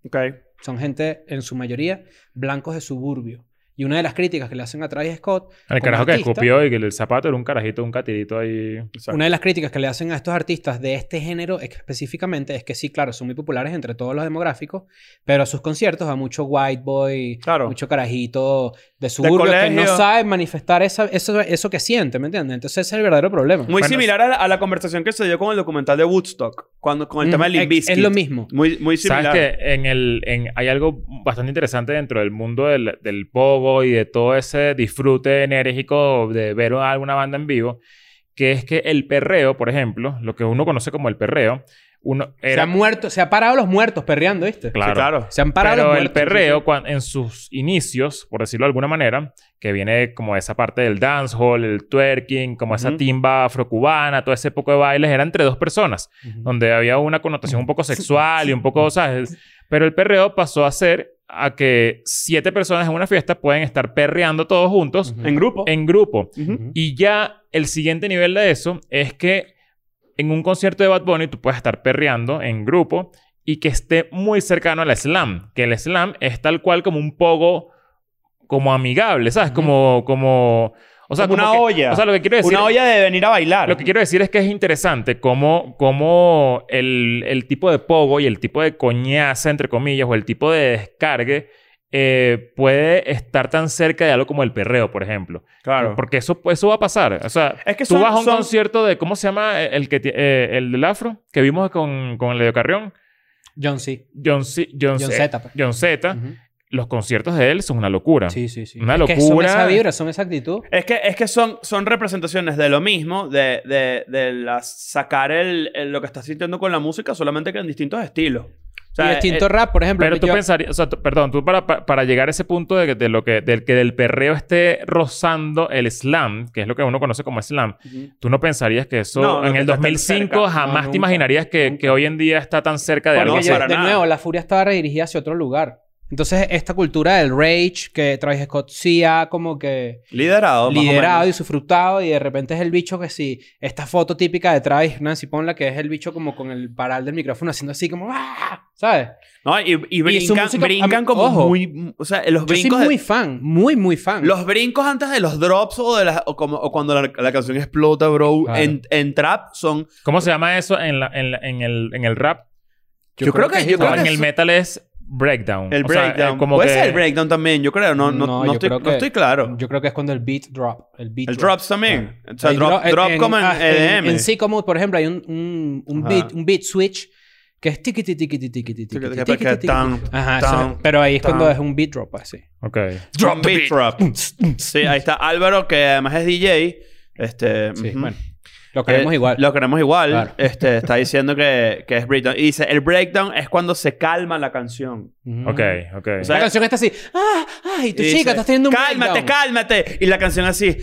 [SPEAKER 3] Ok.
[SPEAKER 4] Son gente, en su mayoría, blancos de suburbio. Y una de las críticas que le hacen a Travis Scott
[SPEAKER 2] El
[SPEAKER 4] como
[SPEAKER 2] carajo que
[SPEAKER 4] artista-
[SPEAKER 2] escupió y que el zapato era un carajito, un catirito ahí.
[SPEAKER 4] Una de las críticas que le hacen a estos artistas de este género ex- específicamente es que sí, claro, son muy populares entre todos los demográficos, pero a sus conciertos va mucho white boy,
[SPEAKER 3] Claro.
[SPEAKER 4] mucho carajito de suburbio que no
[SPEAKER 3] colegio.
[SPEAKER 4] sabe manifestar esa- eso, eso que siente, ¿me entiendes? Entonces ese es el verdadero problema.
[SPEAKER 3] Muy
[SPEAKER 2] Bueno,
[SPEAKER 3] similar a la, a la conversación que se dio con el documental de Woodstock, cuando, con el
[SPEAKER 4] Mm,
[SPEAKER 3] tema de Limp
[SPEAKER 4] es-
[SPEAKER 3] Bizkit.
[SPEAKER 4] Es lo mismo.
[SPEAKER 3] Muy, muy
[SPEAKER 2] ¿Sabes
[SPEAKER 3] similar.
[SPEAKER 2] que en el, en, hay algo bastante interesante dentro del mundo del, del pogo y de todo ese disfrute enérgico de ver a alguna banda en vivo? Que es que el perreo, por ejemplo, lo que uno conoce como el perreo, uno
[SPEAKER 4] Se
[SPEAKER 2] era...
[SPEAKER 4] han muerto, se ha parado los muertos perreando, ¿viste?
[SPEAKER 3] Sí,
[SPEAKER 2] claro.
[SPEAKER 3] claro.
[SPEAKER 4] Se han parado
[SPEAKER 2] Pero
[SPEAKER 4] los
[SPEAKER 2] el
[SPEAKER 4] muertos.
[SPEAKER 2] perreo,
[SPEAKER 4] sí, sí.
[SPEAKER 2] cuan- en sus inicios, por decirlo de alguna manera, que viene como de esa parte del dancehall, el twerking, como esa
[SPEAKER 3] Ujú.
[SPEAKER 2] timba afrocubana, todo ese poco de bailes, era entre dos personas, donde había una connotación un poco sexual y un poco, ¿sabes? Pero el perreo pasó a ser a que siete personas en una fiesta pueden estar perreando todos juntos
[SPEAKER 4] Ujú.
[SPEAKER 3] En grupo.
[SPEAKER 2] en grupo.
[SPEAKER 3] Ujú.
[SPEAKER 2] Y ya el siguiente nivel de eso es que en un concierto de Bad Bunny tú puedes estar perreando en grupo y que esté muy cercano al slam. Que el slam es tal cual como un poco... como amigable, ¿sabes? Como... como o sea,
[SPEAKER 3] Como una
[SPEAKER 2] que-
[SPEAKER 3] olla.
[SPEAKER 2] O sea, lo que quiero decir...
[SPEAKER 3] Una olla de venir a bailar.
[SPEAKER 2] Lo que quiero decir es que es interesante cómo, cómo el, el tipo de pogo y el tipo de coñaza, entre comillas, o el tipo de descargue eh, puede estar tan cerca de algo como el perreo, por ejemplo.
[SPEAKER 3] Claro.
[SPEAKER 2] Porque eso, eso va a pasar. O sea,
[SPEAKER 3] Es que
[SPEAKER 2] tú
[SPEAKER 3] son-
[SPEAKER 2] vas a un
[SPEAKER 3] son-
[SPEAKER 2] concierto de, ¿cómo se llama? El, que, ti- eh, el del afro, que vimos con, con el de Carrión.
[SPEAKER 4] John C.
[SPEAKER 2] John, C- John,
[SPEAKER 4] John
[SPEAKER 2] Z-
[SPEAKER 4] Zeta, pues.
[SPEAKER 2] John Z.
[SPEAKER 4] Ujú.
[SPEAKER 2] Los conciertos de él son una locura.
[SPEAKER 4] Sí, sí, sí.
[SPEAKER 2] Una
[SPEAKER 4] Es que son
[SPEAKER 2] locura.
[SPEAKER 4] esa vibra, son esa actitud.
[SPEAKER 3] Es que, es que son, son representaciones de lo mismo, de, de, de la- sacar el, el- lo que estás sintiendo con la música, solamente que en distintos estilos. O sea,
[SPEAKER 4] y distinto
[SPEAKER 3] eh,
[SPEAKER 4] rap, por ejemplo.
[SPEAKER 2] Pero tú
[SPEAKER 4] yo-
[SPEAKER 2] pensarías, o sea, tú- perdón, tú para, pa- para llegar a ese punto de, que- de lo que, del que del perreo esté rozando el slam, que es lo que uno conoce como slam,
[SPEAKER 3] Ujú.
[SPEAKER 2] tú no pensarías que eso
[SPEAKER 3] No, no,
[SPEAKER 2] en
[SPEAKER 3] que
[SPEAKER 2] el
[SPEAKER 3] está tan
[SPEAKER 2] 2005
[SPEAKER 3] cerca.
[SPEAKER 2] jamás
[SPEAKER 4] No,
[SPEAKER 2] te
[SPEAKER 4] nunca,
[SPEAKER 2] imaginarías que,
[SPEAKER 4] nunca.
[SPEAKER 2] que hoy en día está tan cerca de
[SPEAKER 3] Porque
[SPEAKER 2] algo
[SPEAKER 4] Porque
[SPEAKER 3] no,
[SPEAKER 2] así.
[SPEAKER 4] yo-
[SPEAKER 3] para
[SPEAKER 4] de
[SPEAKER 3] nada.
[SPEAKER 4] nuevo, la furia estaba redirigida hacia otro lugar. Entonces, esta cultura del rage que Travis Scott sí ha como que
[SPEAKER 3] eh, Liderado. más o
[SPEAKER 4] liderado y
[SPEAKER 3] menos.
[SPEAKER 4] sufructado y de repente es el bicho que sí, esta foto típica de Travis, Nancy Ponla, que es el bicho como con el paral del micrófono haciendo así como ¡ah! ¿Sabes?
[SPEAKER 3] No, y, y
[SPEAKER 4] su
[SPEAKER 3] brincan,
[SPEAKER 4] música-
[SPEAKER 3] brincan
[SPEAKER 4] am-
[SPEAKER 3] como
[SPEAKER 4] ojo.
[SPEAKER 3] muy... O sea, los
[SPEAKER 4] Yo soy
[SPEAKER 3] brincos... de-
[SPEAKER 4] muy fan, muy, muy fan.
[SPEAKER 3] los brincos antes de los drops o, de las- o como, o cuando la, la canción explota, bro,
[SPEAKER 4] Claro.
[SPEAKER 3] en, en trap son...
[SPEAKER 2] ¿Cómo se llama eso en, la- en, la- en el, en el rap?
[SPEAKER 3] Yo, creo que... yo
[SPEAKER 2] No,
[SPEAKER 3] creo
[SPEAKER 2] en
[SPEAKER 3] que
[SPEAKER 2] el
[SPEAKER 3] es-
[SPEAKER 2] metal es breakdown.
[SPEAKER 3] el
[SPEAKER 2] O sea, eh,
[SPEAKER 3] breakdown.
[SPEAKER 2] como
[SPEAKER 3] Puede
[SPEAKER 2] que-
[SPEAKER 3] ser el breakdown también, yo creo. No, no,
[SPEAKER 4] No,
[SPEAKER 3] no
[SPEAKER 4] yo
[SPEAKER 3] estoy,
[SPEAKER 4] creo
[SPEAKER 3] no
[SPEAKER 4] que-
[SPEAKER 3] estoy claro.
[SPEAKER 4] Yo creo que es cuando el beat drop. El, beat
[SPEAKER 3] El drops también.
[SPEAKER 4] Claro.
[SPEAKER 3] O sea,
[SPEAKER 4] El
[SPEAKER 3] drop,
[SPEAKER 4] dro-
[SPEAKER 3] drop como en E
[SPEAKER 4] ah,
[SPEAKER 3] EDM.
[SPEAKER 4] En Sicko Mode, por ejemplo, hay un, un, un
[SPEAKER 3] Ajá.
[SPEAKER 4] beat, un beat switch que es tiqui tiqui tiqui tiqui tiqui tiqui tiqui tiqui tiqui.
[SPEAKER 3] Tan,
[SPEAKER 4] Ajá,
[SPEAKER 3] tan,
[SPEAKER 4] eso- pero ahí es cuando
[SPEAKER 3] tan.
[SPEAKER 4] es un beat drop así.
[SPEAKER 2] Ok.
[SPEAKER 3] Drop the beat. Drop. Sí, ahí está Álvaro, que además es DJ. Este,
[SPEAKER 4] Sí,
[SPEAKER 3] ujú.
[SPEAKER 4] bueno. Lo
[SPEAKER 3] Eh,
[SPEAKER 4] queremos igual.
[SPEAKER 3] Lo queremos igual.
[SPEAKER 4] Claro.
[SPEAKER 3] Este, está diciendo que, que es breakdown. Y dice, el breakdown es cuando se calma la canción.
[SPEAKER 4] Ujú.
[SPEAKER 2] Ok, ok.
[SPEAKER 3] O sea,
[SPEAKER 4] La canción está así. Ah, ah, y tu
[SPEAKER 3] Y dice,
[SPEAKER 4] chica estás teniendo un
[SPEAKER 3] Cálmate,
[SPEAKER 4] breakdown".
[SPEAKER 3] cálmate. Y la canción así.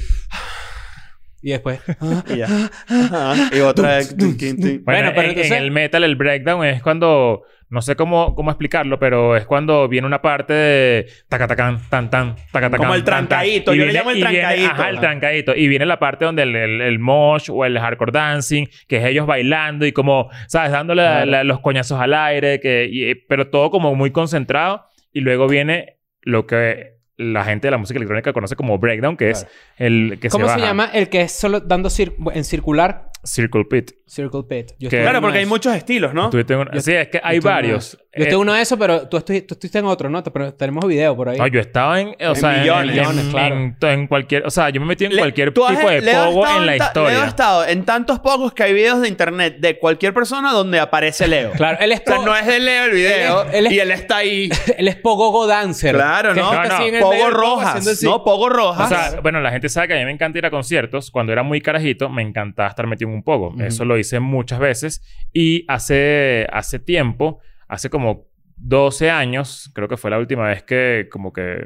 [SPEAKER 4] Y después.
[SPEAKER 3] Y ya. Ajá. Y otra vez. tin, tin,
[SPEAKER 2] Bueno,
[SPEAKER 3] tin.
[SPEAKER 4] Bueno, pero
[SPEAKER 2] en,
[SPEAKER 4] entonces-
[SPEAKER 2] en el metal el breakdown es cuando no sé cómo, cómo explicarlo, pero es cuando viene una parte de tacatacán, tan tan, tacatacán.
[SPEAKER 3] Como el
[SPEAKER 2] tan, tan.
[SPEAKER 3] trancadito,
[SPEAKER 2] Y
[SPEAKER 3] yo le llamo el
[SPEAKER 2] y
[SPEAKER 3] trancadito.
[SPEAKER 2] ajá, el trancadito. Y viene la parte donde el, el, el mosh o el hardcore dancing, que es ellos bailando y como, ¿sabes? Dándole la- la- los coñazos al aire, que, y- eh, pero todo como muy concentrado. Y luego viene lo que la gente de la música electrónica conoce como breakdown, que es el que
[SPEAKER 4] ¿Cómo
[SPEAKER 2] se,
[SPEAKER 4] se,
[SPEAKER 2] baja.
[SPEAKER 4] llama el que es solo dando cir- en circular?
[SPEAKER 2] Circle Pit.
[SPEAKER 4] Circle pit. Yo
[SPEAKER 2] Que-
[SPEAKER 4] estoy en
[SPEAKER 3] Claro,
[SPEAKER 4] uno
[SPEAKER 3] porque
[SPEAKER 4] de
[SPEAKER 3] hay
[SPEAKER 4] esos.
[SPEAKER 3] muchos estilos, ¿no?
[SPEAKER 2] Tuviste un-
[SPEAKER 4] Yo-
[SPEAKER 2] sí, es que
[SPEAKER 4] Yo
[SPEAKER 2] hay
[SPEAKER 4] estoy en uno de
[SPEAKER 2] varios.
[SPEAKER 4] esos. Yo estoy
[SPEAKER 2] Eh,
[SPEAKER 4] en uno de esos, pero tú, estu- tú estuviste en otro, ¿no? Pero tenemos video por ahí.
[SPEAKER 2] No, yo estaba en, o
[SPEAKER 3] En
[SPEAKER 2] sea, en-
[SPEAKER 3] millones.
[SPEAKER 2] en,
[SPEAKER 4] Millones, claro.
[SPEAKER 2] en- en cualquier, o sea, yo me metí en
[SPEAKER 3] Le-
[SPEAKER 2] cualquier
[SPEAKER 3] tú
[SPEAKER 2] tipo
[SPEAKER 3] has-
[SPEAKER 2] de
[SPEAKER 3] Leo ha
[SPEAKER 2] pogo
[SPEAKER 3] estado
[SPEAKER 2] en la
[SPEAKER 3] ta- Leo ha
[SPEAKER 2] historia.
[SPEAKER 3] estado en tantos pogos que hay videos de internet de cualquier persona donde aparece Leo.
[SPEAKER 4] Claro, él es,
[SPEAKER 3] O sea,
[SPEAKER 4] po-
[SPEAKER 3] no es de Leo el video
[SPEAKER 4] Él es- él es-
[SPEAKER 3] y él está ahí.
[SPEAKER 4] él es Pogogo Dancer.
[SPEAKER 3] Claro,
[SPEAKER 4] que
[SPEAKER 3] ¿no?
[SPEAKER 4] está
[SPEAKER 2] No,
[SPEAKER 4] así
[SPEAKER 2] no.
[SPEAKER 4] en el medio
[SPEAKER 3] Pogo
[SPEAKER 4] del pogo
[SPEAKER 3] Rojas.
[SPEAKER 4] haciendo así.
[SPEAKER 3] No, Pogo
[SPEAKER 2] O
[SPEAKER 3] Rojas.
[SPEAKER 2] sea, bueno, la gente sabe que a mí me encanta ir a conciertos. Cuando era muy carajito, me encantaba estar metido en un pogo.
[SPEAKER 4] Ujú.
[SPEAKER 2] Eso lo hice muchas veces. Y hace, hace tiempo, hace como 12 años, creo que fue la última vez que como que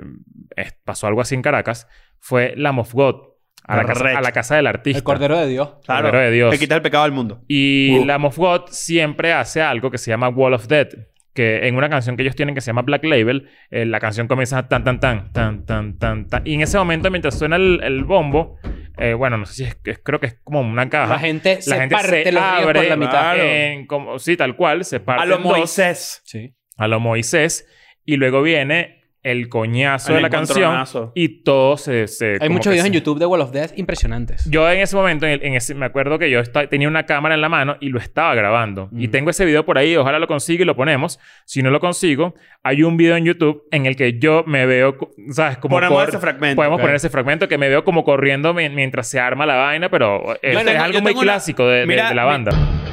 [SPEAKER 2] es- pasó algo así en Caracas, fue la of God. A la, casa,
[SPEAKER 3] Correcto.
[SPEAKER 2] a la casa del artista.
[SPEAKER 4] El Cordero de Dios.
[SPEAKER 3] claro,
[SPEAKER 2] Cordero de Dios.
[SPEAKER 3] Que quita el pecado al mundo.
[SPEAKER 2] Y
[SPEAKER 3] Uh.
[SPEAKER 2] la Lamb of God siempre hace algo que se llama Wall of Death. Que en una canción que ellos tienen que se llama Black Label, eh, la canción comienza tan, tan, tan, tan, tan, tan, tan. Y en ese momento, mientras suena el, el bombo, eh, bueno, no sé si es, es- creo que es como una caja.
[SPEAKER 4] La gente se
[SPEAKER 2] La gente
[SPEAKER 4] parte los ríos por la mitad.
[SPEAKER 3] claro.
[SPEAKER 2] en como, sí, tal cual, se parte
[SPEAKER 3] A lo
[SPEAKER 2] en dos,
[SPEAKER 3] Moisés.
[SPEAKER 4] Sí.
[SPEAKER 2] a lo Moisés. Y luego viene el coñazo
[SPEAKER 3] El
[SPEAKER 2] de la canción
[SPEAKER 3] encontronazo.
[SPEAKER 2] y todo se... se
[SPEAKER 4] Hay
[SPEAKER 2] como
[SPEAKER 4] muchos
[SPEAKER 2] que
[SPEAKER 4] videos en
[SPEAKER 2] se-
[SPEAKER 4] YouTube de Wall of Death impresionantes.
[SPEAKER 2] Yo en ese momento, en el- en ese- me acuerdo que yo esta- tenía una cámara en la mano y lo estaba grabando. Y
[SPEAKER 4] Mm.
[SPEAKER 2] tengo ese video por ahí, ojalá lo consiga y lo ponemos. Si no lo consigo, hay un video en YouTube en el que yo me veo, co- ¿sabes? Como
[SPEAKER 3] Ponemos
[SPEAKER 2] cor-
[SPEAKER 3] ese fragmento.
[SPEAKER 2] Podemos
[SPEAKER 4] ok.
[SPEAKER 2] poner ese fragmento que me veo como corriendo mi- mientras se arma la vaina, pero eh,
[SPEAKER 3] Yo
[SPEAKER 2] es,
[SPEAKER 3] tengo- yo
[SPEAKER 2] algo muy
[SPEAKER 3] tengo una-
[SPEAKER 2] clásico de, de-
[SPEAKER 3] Mira,
[SPEAKER 2] de la
[SPEAKER 3] mi-
[SPEAKER 2] banda.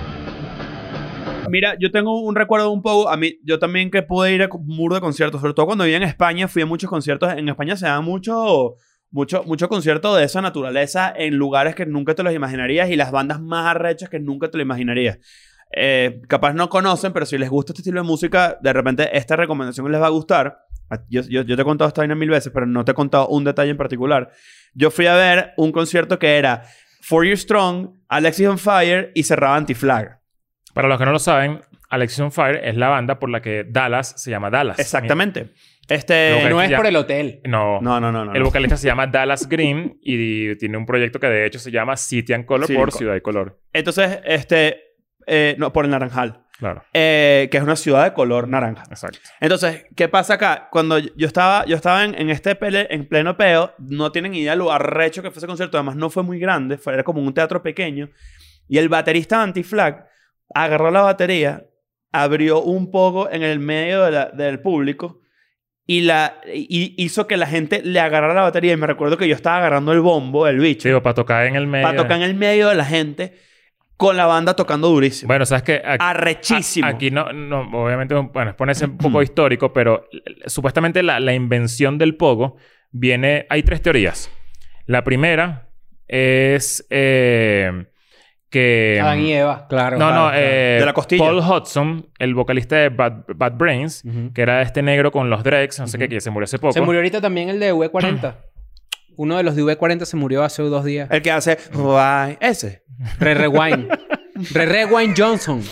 [SPEAKER 3] Mira, yo tengo un recuerdo un poco. A mí, yo también que pude ir a un muro de conciertos, sobre todo cuando vivía en España, fui a muchos conciertos. En España se da mucho, mucho, mucho concierto de esa naturaleza en lugares que nunca te los imaginarías y las bandas más arrechas que nunca te lo imaginarías. Eh, capaz no conocen, pero si les gusta este estilo de música, de repente esta recomendación les va a gustar. A- Yo, yo- yo te he contado esta vaina mil veces, pero no te he contado un detalle en particular. Yo fui a ver un concierto que era For You Strong, Alexis on Fire y cerraba Anti-Flag.
[SPEAKER 2] Para los que no lo saben, Alexis on Fire es la banda por la que Dallas se llama Dallas.
[SPEAKER 3] Exactamente.
[SPEAKER 2] Lo
[SPEAKER 3] Este.
[SPEAKER 2] que-
[SPEAKER 4] no es
[SPEAKER 2] ya.
[SPEAKER 4] por el hotel.
[SPEAKER 2] No.
[SPEAKER 3] No, no, no, no.
[SPEAKER 2] El
[SPEAKER 3] no.
[SPEAKER 2] vocalista se llama Dallas Green y tiene un proyecto que de hecho se llama City and Color
[SPEAKER 3] City
[SPEAKER 2] por
[SPEAKER 3] and Co-
[SPEAKER 2] Ciudad y Color.
[SPEAKER 3] Entonces, este. eh, no, por el Naranjal.
[SPEAKER 2] Claro,
[SPEAKER 3] eh, que es una ciudad de color naranja.
[SPEAKER 2] exacto.
[SPEAKER 3] Entonces, ¿qué pasa acá? Cuando yo estaba, yo estaba en, en este pele, en pleno peo, no tienen idea lo arrecho que fue ese concierto. Además, no fue muy grande, fue, era como un teatro pequeño. Y el baterista de Anti-Flag agarró la batería, abrió un poco en el medio de la- del público y, la, y hizo que la gente le agarrara la batería. Y me recuerdo que yo estaba agarrando el bombo, el bicho.
[SPEAKER 2] Chico, para tocar en el medio.
[SPEAKER 3] para tocar en el medio de la gente con la banda tocando durísimo.
[SPEAKER 2] Bueno, sabes que aquí,
[SPEAKER 3] Arrechísimo. Mm.
[SPEAKER 2] a- aquí no, no, obviamente, bueno, ponerse un poco histórico, pero eh, supuestamente la, la invención del pogo viene. Hay tres teorías. La primera es eh, que.
[SPEAKER 4] Adán y Eva, claro.
[SPEAKER 2] No, no,
[SPEAKER 3] claro.
[SPEAKER 2] eh,
[SPEAKER 3] De la costilla.
[SPEAKER 2] Paul Hudson, el vocalista de Bad, Bad Brains,
[SPEAKER 4] Ujú.
[SPEAKER 2] que era este negro con los Drex, no sé qué, que se murió hace poco.
[SPEAKER 4] Se murió ahorita también el de V40. Uno de los de V40 se murió hace dos días.
[SPEAKER 2] Eh.
[SPEAKER 3] El que hace... "Why?" Ese.
[SPEAKER 4] Re Rewind. Re Rewind Johnson.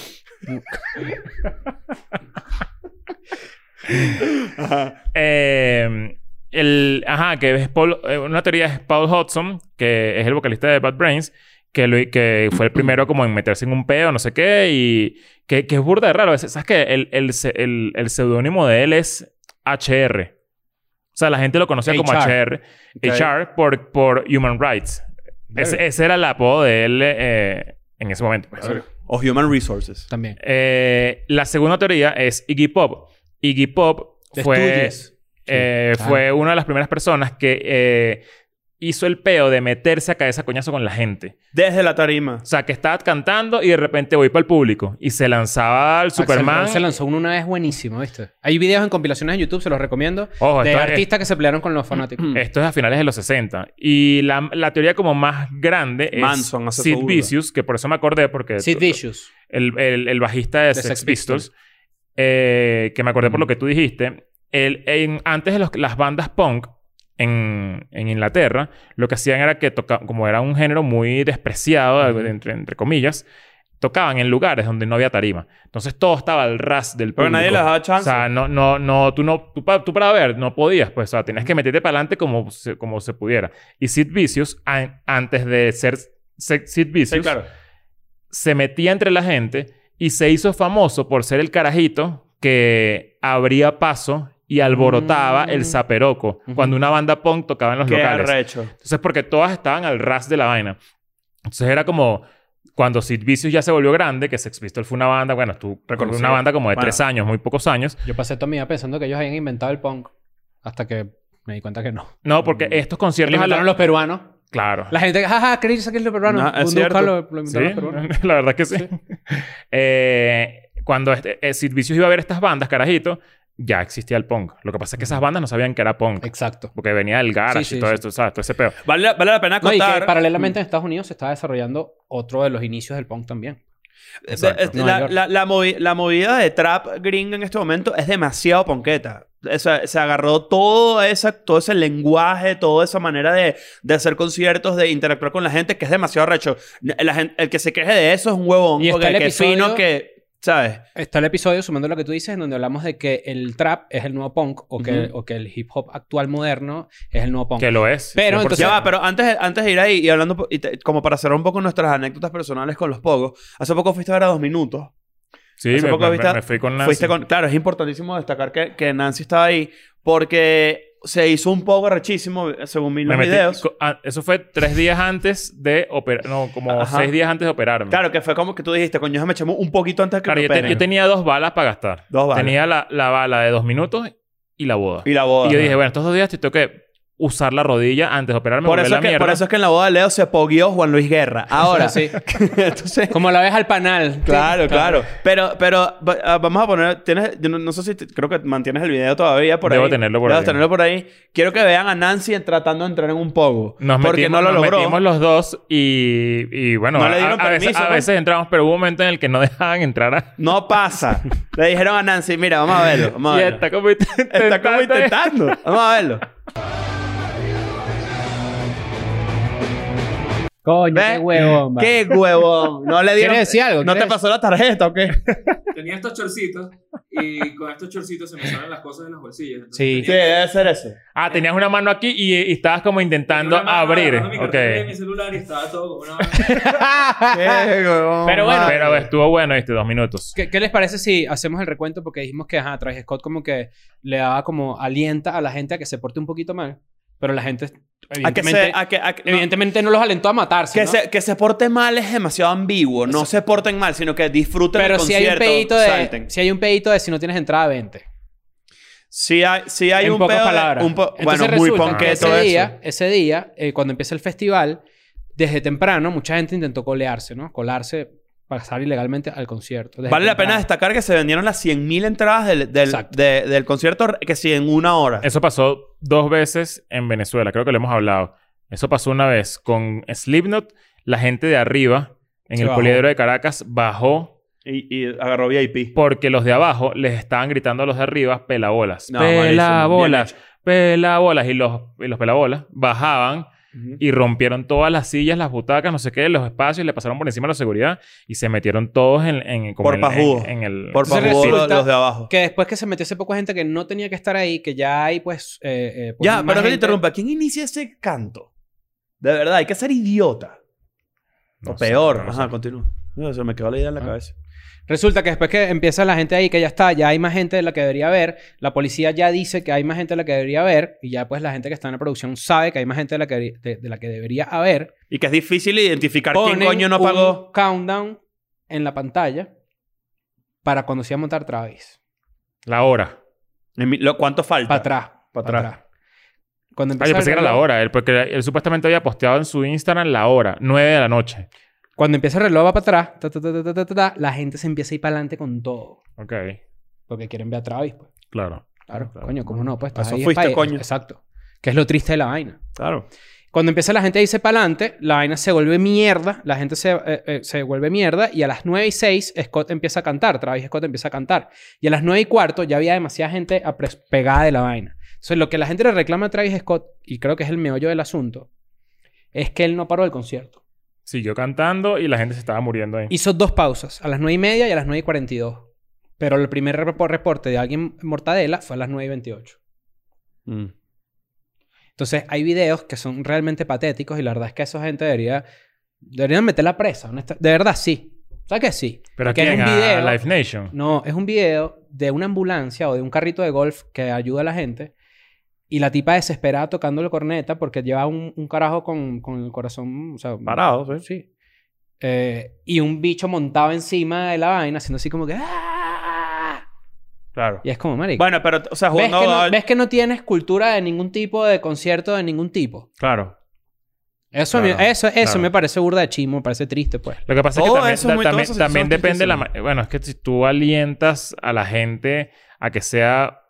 [SPEAKER 2] Eh, el, ajá, que es Paul, eh, una teoría es Paul Hudson, que es el vocalista de Bad Brains, que, lo- que fue el primero como en meterse en un pedo, no sé qué, y que, que es burda de raro. Es- ¿Sabes qué? El, el, se- el, el seudónimo de él es HR. O sea, la gente lo conocía como
[SPEAKER 4] HR.
[SPEAKER 2] HR, HR por, por Human Rights. Ese, ese era el apodo de él eh, en ese momento. pues.
[SPEAKER 3] O Human Resources.
[SPEAKER 4] También.
[SPEAKER 2] Eh, la segunda teoría es Iggy Pop. Iggy Pop
[SPEAKER 4] De
[SPEAKER 2] fue,
[SPEAKER 4] Stooges.
[SPEAKER 2] eh,
[SPEAKER 4] Sí,
[SPEAKER 2] fue una de las primeras personas que eh, hizo el peo de meterse a cabeza a coñazo con la gente.
[SPEAKER 3] Desde la tarima.
[SPEAKER 2] O sea, que estaba cantando y de repente voy para el público y se lanzaba al
[SPEAKER 4] Axl
[SPEAKER 2] Superman.
[SPEAKER 4] Rose Ah, Se lanzó uno una vez buenísimo, ¿viste? Hay videos en compilaciones en YouTube, se los recomiendo.
[SPEAKER 2] Ojo, Oh,
[SPEAKER 4] de
[SPEAKER 2] esto es-
[SPEAKER 4] artistas que se pelearon con los fanáticos.
[SPEAKER 2] Esto es a finales de los 60. Y la, la teoría como más grande es
[SPEAKER 3] Manson hace
[SPEAKER 2] Sid
[SPEAKER 3] todo burda.
[SPEAKER 2] Vicious, que por eso me acordé porque...
[SPEAKER 4] Sid Vicious.
[SPEAKER 2] el, el- el bajista de, Sex, Pistols, eh, que me acordé por lo que tú dijiste, el, en- antes de los- las bandas punk en, en Inglaterra, lo que hacían era que tocaban, como era un género muy despreciado, entre, entre comillas, tocaban en lugares donde no había tarima. Entonces todo estaba al ras del público.
[SPEAKER 3] Pero nadie les daba chance.
[SPEAKER 2] O sea, no, no, no, tú no, tú, pa- tú para ver, no podías, pues, o sea, tenías que meterte para adelante como se, como se pudiera. Y Sid Vicious, an- antes de ser Se- Sid Vicious,
[SPEAKER 3] Sí, claro.
[SPEAKER 2] se metía entre la gente y se hizo famoso por ser el carajito que abría paso y alborotaba
[SPEAKER 4] Mm.
[SPEAKER 2] el zaperoco cuando una banda punk tocaba en los
[SPEAKER 3] Qué
[SPEAKER 2] locales.
[SPEAKER 3] arrecho.
[SPEAKER 2] Entonces, porque todas estaban al ras de la vaina. Entonces era como cuando Sid Vicious ya se volvió grande, que Sex Pistols fue una banda, bueno, tú recuerdas
[SPEAKER 3] Reconocida.
[SPEAKER 2] una banda como de
[SPEAKER 3] Bueno.
[SPEAKER 2] tres años, muy pocos años.
[SPEAKER 4] Yo pasé toda mi vida pensando que ellos habían inventado el punk. Hasta que me di cuenta que no.
[SPEAKER 2] No, porque estos
[SPEAKER 4] Lo
[SPEAKER 2] conciertos... a la-
[SPEAKER 4] inventaron los peruanos.
[SPEAKER 2] Claro.
[SPEAKER 4] La gente, jaja, ¿queréis que es los peruanos?
[SPEAKER 3] No, es
[SPEAKER 4] Nunca
[SPEAKER 3] cierto.
[SPEAKER 4] Lo, lo
[SPEAKER 2] Sí,
[SPEAKER 4] inventaron los peruanos.
[SPEAKER 2] la verdad que sí. Eh, cuando este, eh, Sid Vicious iba a ver estas bandas, carajito, ya existía el punk. Lo que pasa es que esas bandas no sabían que era punk.
[SPEAKER 4] Exacto.
[SPEAKER 2] Porque venía del garage
[SPEAKER 4] Sí, sí,
[SPEAKER 2] y todo
[SPEAKER 4] sí.
[SPEAKER 2] esto, ¿sabes? Todo ese peo.
[SPEAKER 3] Vale, vale la pena
[SPEAKER 4] No, y
[SPEAKER 3] contar.
[SPEAKER 4] que paralelamente en Estados Unidos se estaba desarrollando otro de los inicios del punk también.
[SPEAKER 3] Eh,
[SPEAKER 2] Exacto.
[SPEAKER 3] eh,
[SPEAKER 4] Nueva
[SPEAKER 3] la,
[SPEAKER 4] York.
[SPEAKER 3] la- la movi- la movida de trap gringa en este momento es demasiado ponqueta. O sea, se agarró todo, esa, todo ese lenguaje, toda esa manera de, de hacer conciertos, de interactuar con la gente, que es demasiado arrecho. N- la gen- el que se queje de eso es un huevón.
[SPEAKER 4] Y está
[SPEAKER 3] porque
[SPEAKER 4] el
[SPEAKER 3] que
[SPEAKER 4] episodio-
[SPEAKER 3] fino que... ¿Sabes?
[SPEAKER 4] Está el episodio, sumando lo que tú dices, en donde hablamos de que el trap es el nuevo punk o que,
[SPEAKER 3] Ujú.
[SPEAKER 4] o que el hip hop actual moderno es el nuevo punk.
[SPEAKER 2] Que lo es.
[SPEAKER 4] Pero
[SPEAKER 2] 100%.
[SPEAKER 4] entonces-
[SPEAKER 3] ya va, pero antes, antes de ir ahí y hablando, po- y te- como para cerrar un poco nuestras anécdotas personales con los pogos, hace poco fuiste a ver a dos minutos
[SPEAKER 2] Sí,
[SPEAKER 3] Hace
[SPEAKER 2] me,
[SPEAKER 3] poco
[SPEAKER 2] me-
[SPEAKER 3] viste-
[SPEAKER 2] me fui con Nancy.
[SPEAKER 3] Fuiste con... Claro, es importantísimo destacar que, que Nancy estaba ahí porque se hizo un poco rechísimo, según mis
[SPEAKER 2] Me metí-
[SPEAKER 3] videos.
[SPEAKER 2] co- ah, eso fue tres días antes de operar. No, como
[SPEAKER 3] Ajá.
[SPEAKER 2] seis días antes de operarme.
[SPEAKER 3] Claro, que fue como que tú dijiste, coño, me echamos un poquito antes que
[SPEAKER 2] Claro,
[SPEAKER 3] me
[SPEAKER 2] yo, te-
[SPEAKER 3] operen.
[SPEAKER 2] yo tenía dos balas para gastar.
[SPEAKER 3] Dos balas.
[SPEAKER 2] Tenía la, la bala de dos minutos y la boda.
[SPEAKER 3] Y la boda.
[SPEAKER 2] Y yo dije, bueno, estos dos días te tengo que usar la rodilla antes de operarme.
[SPEAKER 3] por
[SPEAKER 2] volver
[SPEAKER 3] eso,
[SPEAKER 2] la
[SPEAKER 3] es que,
[SPEAKER 2] mierda.
[SPEAKER 3] por eso es que en la boda de Leo se pogueó Juan Luis Guerra. Ahora,
[SPEAKER 4] Sí.
[SPEAKER 3] entonces...
[SPEAKER 4] Como la ves al panal.
[SPEAKER 3] Claro, claro. Pero, pero va- ah, vamos a poner. Tienes, yo no, no sé si te- creo que mantienes el video todavía por
[SPEAKER 2] Debo
[SPEAKER 3] ahí.
[SPEAKER 2] tenerlo por
[SPEAKER 3] Debes
[SPEAKER 2] ahí.
[SPEAKER 3] tenerlo por ahí. Quiero que vean a Nancy en- tratando de entrar en un pogo.
[SPEAKER 2] Nos
[SPEAKER 3] porque
[SPEAKER 2] metimos,
[SPEAKER 3] no lo
[SPEAKER 2] nos
[SPEAKER 3] logró.
[SPEAKER 2] metimos los dos y, y bueno,
[SPEAKER 3] No
[SPEAKER 2] a,
[SPEAKER 3] le dieron
[SPEAKER 2] a- a veces,
[SPEAKER 3] permiso,
[SPEAKER 2] a
[SPEAKER 3] ¿no?
[SPEAKER 2] veces entramos, pero hubo un momento en el que no dejaban entrar a...
[SPEAKER 3] No pasa. Le dijeron a Nancy, mira, vamos a verlo. Vamos a
[SPEAKER 2] Y
[SPEAKER 3] verlo.
[SPEAKER 2] está como intentando-
[SPEAKER 3] Está como intentando. Vamos a verlo.
[SPEAKER 4] Coño,
[SPEAKER 3] ¿Ves?
[SPEAKER 4] qué huevón, man.
[SPEAKER 3] Qué huevón. No le dieron.
[SPEAKER 4] ¿Quieres decir algo?
[SPEAKER 3] ¿No te
[SPEAKER 4] ¿Quieres?
[SPEAKER 3] pasó la tarjeta o qué?
[SPEAKER 5] Tenía estos chorcitos y con estos chorcitos se me salen las cosas de los bolsillos. Entonces
[SPEAKER 4] Sí.
[SPEAKER 3] Sí,
[SPEAKER 5] tenía-
[SPEAKER 3] debe ser eso.
[SPEAKER 2] Ah, tenías una mano aquí y, y estabas como
[SPEAKER 5] tenía
[SPEAKER 2] intentando
[SPEAKER 5] una mano
[SPEAKER 2] abrir.
[SPEAKER 5] agarrando mi
[SPEAKER 2] Ok.
[SPEAKER 5] cartera y mi celular y estaba todo como una...
[SPEAKER 3] Qué huevón.
[SPEAKER 4] Pero bueno,
[SPEAKER 3] madre.
[SPEAKER 2] Pero estuvo bueno, este, dos minutos.
[SPEAKER 4] ¿Qué, qué les parece si hacemos el recuento? Porque dijimos que, ajá, Travis Scott como que le daba como alienta a la gente a que se porte un poquito mal. Pero la gente,
[SPEAKER 3] A que
[SPEAKER 4] evidentemente,
[SPEAKER 3] se. A que, a que- no.
[SPEAKER 4] evidentemente no. los alentó a matarse,
[SPEAKER 3] Que,
[SPEAKER 4] ¿no?
[SPEAKER 3] se, que se porte mal es demasiado ambiguo. No se porten mal, sino que disfruten
[SPEAKER 4] Pero
[SPEAKER 3] el
[SPEAKER 4] si hay un
[SPEAKER 3] concierto.
[SPEAKER 4] pedito de...
[SPEAKER 3] salten.
[SPEAKER 4] Si hay un pedito de si no tienes entrada, vente.
[SPEAKER 3] Sí hay, sí hay
[SPEAKER 4] en
[SPEAKER 3] un
[SPEAKER 4] pocas
[SPEAKER 3] pedo de-
[SPEAKER 4] palabras.
[SPEAKER 3] un po-
[SPEAKER 4] Entonces
[SPEAKER 3] bueno, muy
[SPEAKER 4] resulta que
[SPEAKER 3] ponqueto
[SPEAKER 4] ese
[SPEAKER 3] eso.
[SPEAKER 4] día, ese día eh, cuando empieza el festival, desde temprano mucha gente intentó colearse, ¿no? Colarse, pasar ilegalmente al concierto. desde
[SPEAKER 3] Vale la pena
[SPEAKER 4] temprano.
[SPEAKER 3] destacar que se vendieron las 100.000 entradas del, del,
[SPEAKER 4] Exacto.
[SPEAKER 3] de- del concierto que sí en una hora.
[SPEAKER 2] Eso pasó dos veces en Venezuela, creo que lo hemos hablado. Eso pasó una vez con Slipknot, la gente de arriba en
[SPEAKER 4] Se
[SPEAKER 2] el
[SPEAKER 4] bajó.
[SPEAKER 2] poliedro de Caracas bajó
[SPEAKER 3] Y, y agarró VIP.
[SPEAKER 2] porque los de abajo les estaban gritando a los de arriba pelabolas.
[SPEAKER 3] No,
[SPEAKER 2] pelabolas, pelabolas. Y los, y los pelabolas bajaban y rompieron todas las sillas, las butacas, no sé qué, los espacios, le pasaron por encima a la seguridad y se metieron todos en, en, como
[SPEAKER 3] Por
[SPEAKER 2] en-
[SPEAKER 3] pajudo.
[SPEAKER 2] en- en el...
[SPEAKER 3] Por
[SPEAKER 4] Entonces
[SPEAKER 3] favor, los,
[SPEAKER 4] resulta
[SPEAKER 3] los de abajo.
[SPEAKER 4] Que después que se metió ese poco gente que no tenía que estar ahí, que ya hay pues... eh, eh, pues,
[SPEAKER 3] Ya,
[SPEAKER 4] más
[SPEAKER 3] pero que te
[SPEAKER 4] gente-
[SPEAKER 3] interrumpa. ¿Quién inicia ese canto? De verdad, hay que ser idiota.
[SPEAKER 2] No
[SPEAKER 3] o
[SPEAKER 2] sé,
[SPEAKER 3] peor.
[SPEAKER 2] no sé.
[SPEAKER 3] Ajá, continúa. No, se me quedó la idea en la
[SPEAKER 4] Ah.
[SPEAKER 3] cabeza.
[SPEAKER 4] Resulta que después que empieza la gente ahí, que ya está, ya hay más gente de la que debería haber, la policía ya dice que hay más gente de la que debería haber, y ya pues la gente que está en la producción sabe que hay más gente de la que, deberi- de- de la que debería haber.
[SPEAKER 3] Y que es difícil identificar quién
[SPEAKER 4] Ponen
[SPEAKER 3] coño no
[SPEAKER 4] un
[SPEAKER 3] pagó.
[SPEAKER 4] countdown en la pantalla para cuando se iba a montar Travis.
[SPEAKER 2] La hora.
[SPEAKER 3] En mi- lo- ¿Cuánto falta?
[SPEAKER 4] Para atrás. Para
[SPEAKER 3] atrás.
[SPEAKER 4] atrás. Cuando
[SPEAKER 2] Ah,
[SPEAKER 4] empieza
[SPEAKER 2] yo pensé
[SPEAKER 4] el
[SPEAKER 2] que era la
[SPEAKER 4] reloj-
[SPEAKER 2] hora. Él, porque él supuestamente había posteado en su Instagram la hora. 9 de la noche.
[SPEAKER 4] Cuando empieza el reloj va para atrás, ta, ta, ta, ta, ta, ta, ta, ta, la gente se empieza a ir para adelante con todo.
[SPEAKER 2] Ok.
[SPEAKER 4] Porque quieren ver a Travis, pues.
[SPEAKER 2] Claro.
[SPEAKER 4] Claro,
[SPEAKER 2] Claro.
[SPEAKER 4] coño, ¿cómo no? Pues estás
[SPEAKER 3] Eso
[SPEAKER 4] ahí,
[SPEAKER 3] fuiste,
[SPEAKER 4] pa-
[SPEAKER 3] coño.
[SPEAKER 4] Exacto. Que es lo triste de la vaina.
[SPEAKER 3] Claro.
[SPEAKER 4] Cuando empieza la gente a irse para adelante, la vaina se vuelve mierda, la gente se, eh, eh, se vuelve mierda y a las 9 y 6 Scott empieza a cantar, Travis Scott empieza a cantar. Y a las 9 y cuarto ya había demasiada gente apres- pegada de la vaina. Entonces lo que la gente le reclama a Travis Scott, y creo que es el meollo del asunto, es que él no paró el concierto.
[SPEAKER 2] Siguió cantando y la gente se estaba muriendo ahí.
[SPEAKER 4] Hizo dos pausas, a las 9 y media y a las 9 y 42. Pero el primer repo- reporte de alguien mortadela fue a las 9 y 28.
[SPEAKER 3] Mm.
[SPEAKER 4] Entonces, hay videos que son realmente patéticos y la verdad es que esa gente debería... Deberían meter la presa, honesta- De verdad, sí. ¿Sabes que sí?
[SPEAKER 2] ¿Pero a
[SPEAKER 4] Que es
[SPEAKER 2] quién?
[SPEAKER 4] un
[SPEAKER 2] ¿A
[SPEAKER 4] video-
[SPEAKER 2] Live Nation?
[SPEAKER 4] No, es un video de una ambulancia o de un carrito de golf que ayuda a la gente y la tipa desesperada tocando la corneta porque lleva un, un carajo con, con el corazón... O sea,
[SPEAKER 3] Parado, sí.
[SPEAKER 4] Sí. Eh, y un bicho montado encima de la vaina haciendo así como que... "¡Ah!".
[SPEAKER 3] Claro.
[SPEAKER 4] Y es como, marico.
[SPEAKER 3] Bueno, pero, o sea,
[SPEAKER 4] ¿ves,
[SPEAKER 3] jugando
[SPEAKER 4] que no,
[SPEAKER 3] al-
[SPEAKER 4] ves que no tienes cultura de ningún tipo, de concierto de ningún tipo.
[SPEAKER 3] Claro.
[SPEAKER 4] Eso, a mí-
[SPEAKER 2] Claro,
[SPEAKER 4] eso, eso
[SPEAKER 2] claro.
[SPEAKER 4] me parece burda de chimo, me parece triste, pues.
[SPEAKER 2] Lo que pasa es
[SPEAKER 3] Todo
[SPEAKER 2] que también,
[SPEAKER 3] Oh, eso es
[SPEAKER 2] da-
[SPEAKER 3] muy-
[SPEAKER 2] también,
[SPEAKER 3] todas esas
[SPEAKER 2] también
[SPEAKER 3] son
[SPEAKER 2] depende la... ma-
[SPEAKER 3] tristísimas.
[SPEAKER 2] Bueno, es que si tú alientas a la gente a que sea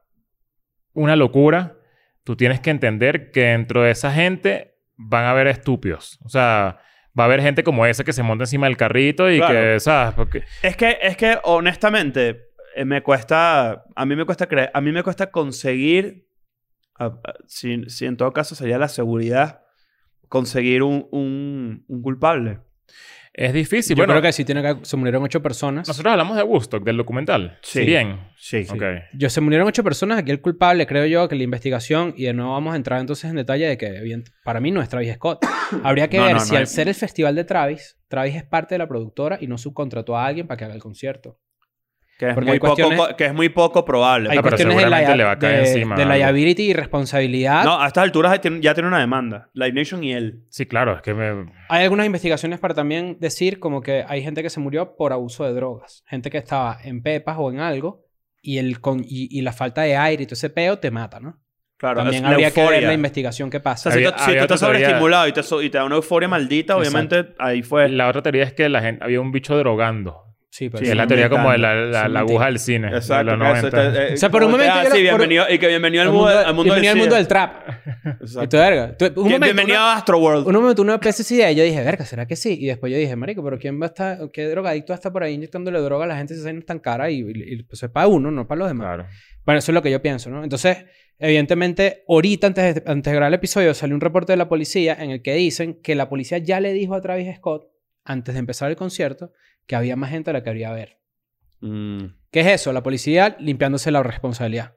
[SPEAKER 2] una locura, tú tienes que entender que dentro de esa gente van a haber estúpidos. O sea, va a haber gente como esa que se monta encima del carrito y
[SPEAKER 3] Claro.
[SPEAKER 2] que, ¿sabes? Porque-
[SPEAKER 3] Es que, es que honestamente, eh, me cuesta. A mí me cuesta creer. A mí me cuesta conseguir. a- a- si, si en todo caso sería la seguridad, conseguir un, un, un culpable.
[SPEAKER 2] es difícil.
[SPEAKER 4] Yo
[SPEAKER 2] bueno,
[SPEAKER 4] creo que sí tiene que... Se murieron ocho personas.
[SPEAKER 2] Nosotros hablamos de Woodstock, del documental.
[SPEAKER 3] Sí.
[SPEAKER 2] Bien.
[SPEAKER 3] Sí.
[SPEAKER 2] Ok.
[SPEAKER 4] Yo, se murieron ocho personas. Aquí el culpable, creo yo, que la investigación... Y de nuevo vamos a entrar entonces en detalle de que, bien, para mí, no es Travis Scott. Habría que
[SPEAKER 3] No,
[SPEAKER 4] ver
[SPEAKER 3] no,
[SPEAKER 4] si
[SPEAKER 3] no
[SPEAKER 4] al
[SPEAKER 3] hay-
[SPEAKER 4] ser el festival de Travis, Travis es parte de la productora y no subcontrató a alguien para que haga el concierto.
[SPEAKER 3] Que es,
[SPEAKER 4] Porque
[SPEAKER 3] muy
[SPEAKER 4] hay
[SPEAKER 3] poco,
[SPEAKER 4] cuestiones-
[SPEAKER 3] co- que es muy poco probable.
[SPEAKER 4] Hay
[SPEAKER 2] No, pero
[SPEAKER 4] cuestiones de,
[SPEAKER 2] seguramente
[SPEAKER 4] lia-
[SPEAKER 2] le va a caer
[SPEAKER 4] de-
[SPEAKER 2] encima
[SPEAKER 4] de
[SPEAKER 2] algo.
[SPEAKER 4] liability y responsabilidad.
[SPEAKER 3] No, a estas alturas ya tiene, ya tiene una demanda. Live Nation y él.
[SPEAKER 2] Sí, claro, es que me...
[SPEAKER 4] Hay algunas investigaciones para también decir como que hay gente que se murió por abuso de drogas. Gente que estaba en pepas o en algo y, el con- y, y la falta de aire y todo ese peo te mata, ¿ano?
[SPEAKER 3] Claro,
[SPEAKER 4] También
[SPEAKER 3] es la
[SPEAKER 4] habría que ver
[SPEAKER 3] euforia.
[SPEAKER 4] la investigación que
[SPEAKER 3] O
[SPEAKER 4] pasa.
[SPEAKER 3] sea, si
[SPEAKER 2] Había-
[SPEAKER 3] tú- si tú
[SPEAKER 2] había
[SPEAKER 3] estás
[SPEAKER 2] otra teoría.
[SPEAKER 3] sobreestimulado y te, so- y te da una euforia maldita,
[SPEAKER 4] Exacto.
[SPEAKER 3] obviamente ahí fue.
[SPEAKER 2] La otra teoría es que la gente... había un bicho drogando.
[SPEAKER 4] Sí, pero
[SPEAKER 3] Sí,
[SPEAKER 2] es
[SPEAKER 4] eso
[SPEAKER 2] la
[SPEAKER 4] no-
[SPEAKER 2] teoría como de la,
[SPEAKER 4] Eso
[SPEAKER 2] la-
[SPEAKER 4] es
[SPEAKER 2] la
[SPEAKER 4] mentira.
[SPEAKER 2] aguja del cine. de los
[SPEAKER 3] que eso
[SPEAKER 2] 90.
[SPEAKER 3] está- eh,
[SPEAKER 4] O sea, por un
[SPEAKER 3] como que,
[SPEAKER 4] momento
[SPEAKER 3] ah,
[SPEAKER 4] yo lo-
[SPEAKER 3] sí,
[SPEAKER 4] por-
[SPEAKER 3] bienvenido, y que bienvenido al
[SPEAKER 4] El
[SPEAKER 3] mundo,
[SPEAKER 4] mundo-
[SPEAKER 3] al mundo,
[SPEAKER 4] bienvenido al
[SPEAKER 3] del
[SPEAKER 4] mundo
[SPEAKER 3] cine.
[SPEAKER 4] del trap. Y
[SPEAKER 3] Exacto.
[SPEAKER 4] tú, verga. tú- un
[SPEAKER 3] Que
[SPEAKER 4] momento,
[SPEAKER 3] bienvenido
[SPEAKER 4] una-
[SPEAKER 3] a Astroworld.
[SPEAKER 4] un momento una PCCD y yo dije, verga, ¿será que sí? Y después yo dije, marico, pero ¿quién va a estar, qué drogadicto está por ahí inyectándole droga a la gente si esa no es tan cara? Y, y- y, pues es para uno, no para los demás.
[SPEAKER 2] Claro.
[SPEAKER 4] Bueno, eso es lo que yo pienso, ¿no? Entonces, evidentemente, ahorita, antes de, antes de grabar el episodio, salió un reporte de la policía en el que dicen que la policía ya le dijo a Travis Scott, antes de empezar el concierto, que había más gente a la que habría a ver.
[SPEAKER 3] Mm.
[SPEAKER 4] ¿Qué es eso? La policía limpiándose la responsabilidad.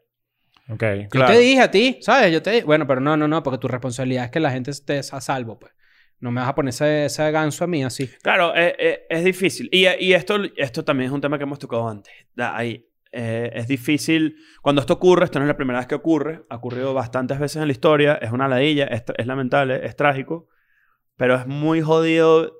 [SPEAKER 2] Ok.
[SPEAKER 4] Yo
[SPEAKER 3] Claro.
[SPEAKER 4] te dije a ti, ¿sabes? Yo te dije, bueno, pero no, no, no, porque tu responsabilidad es que la gente esté a salvo, pues. No me vas a poner ese, ese ganso a mí así.
[SPEAKER 3] Claro, eh, eh, es, difícil. Y, eh, y esto, esto también es un tema que hemos tocado antes. Da- ahí, eh, es difícil. Cuando esto ocurre, esto no es la primera vez que ocurre. Ha ocurrido bastantes veces en la historia. Es una ladilla, es, tra- es lamentable, es trágico. Pero es muy jodido.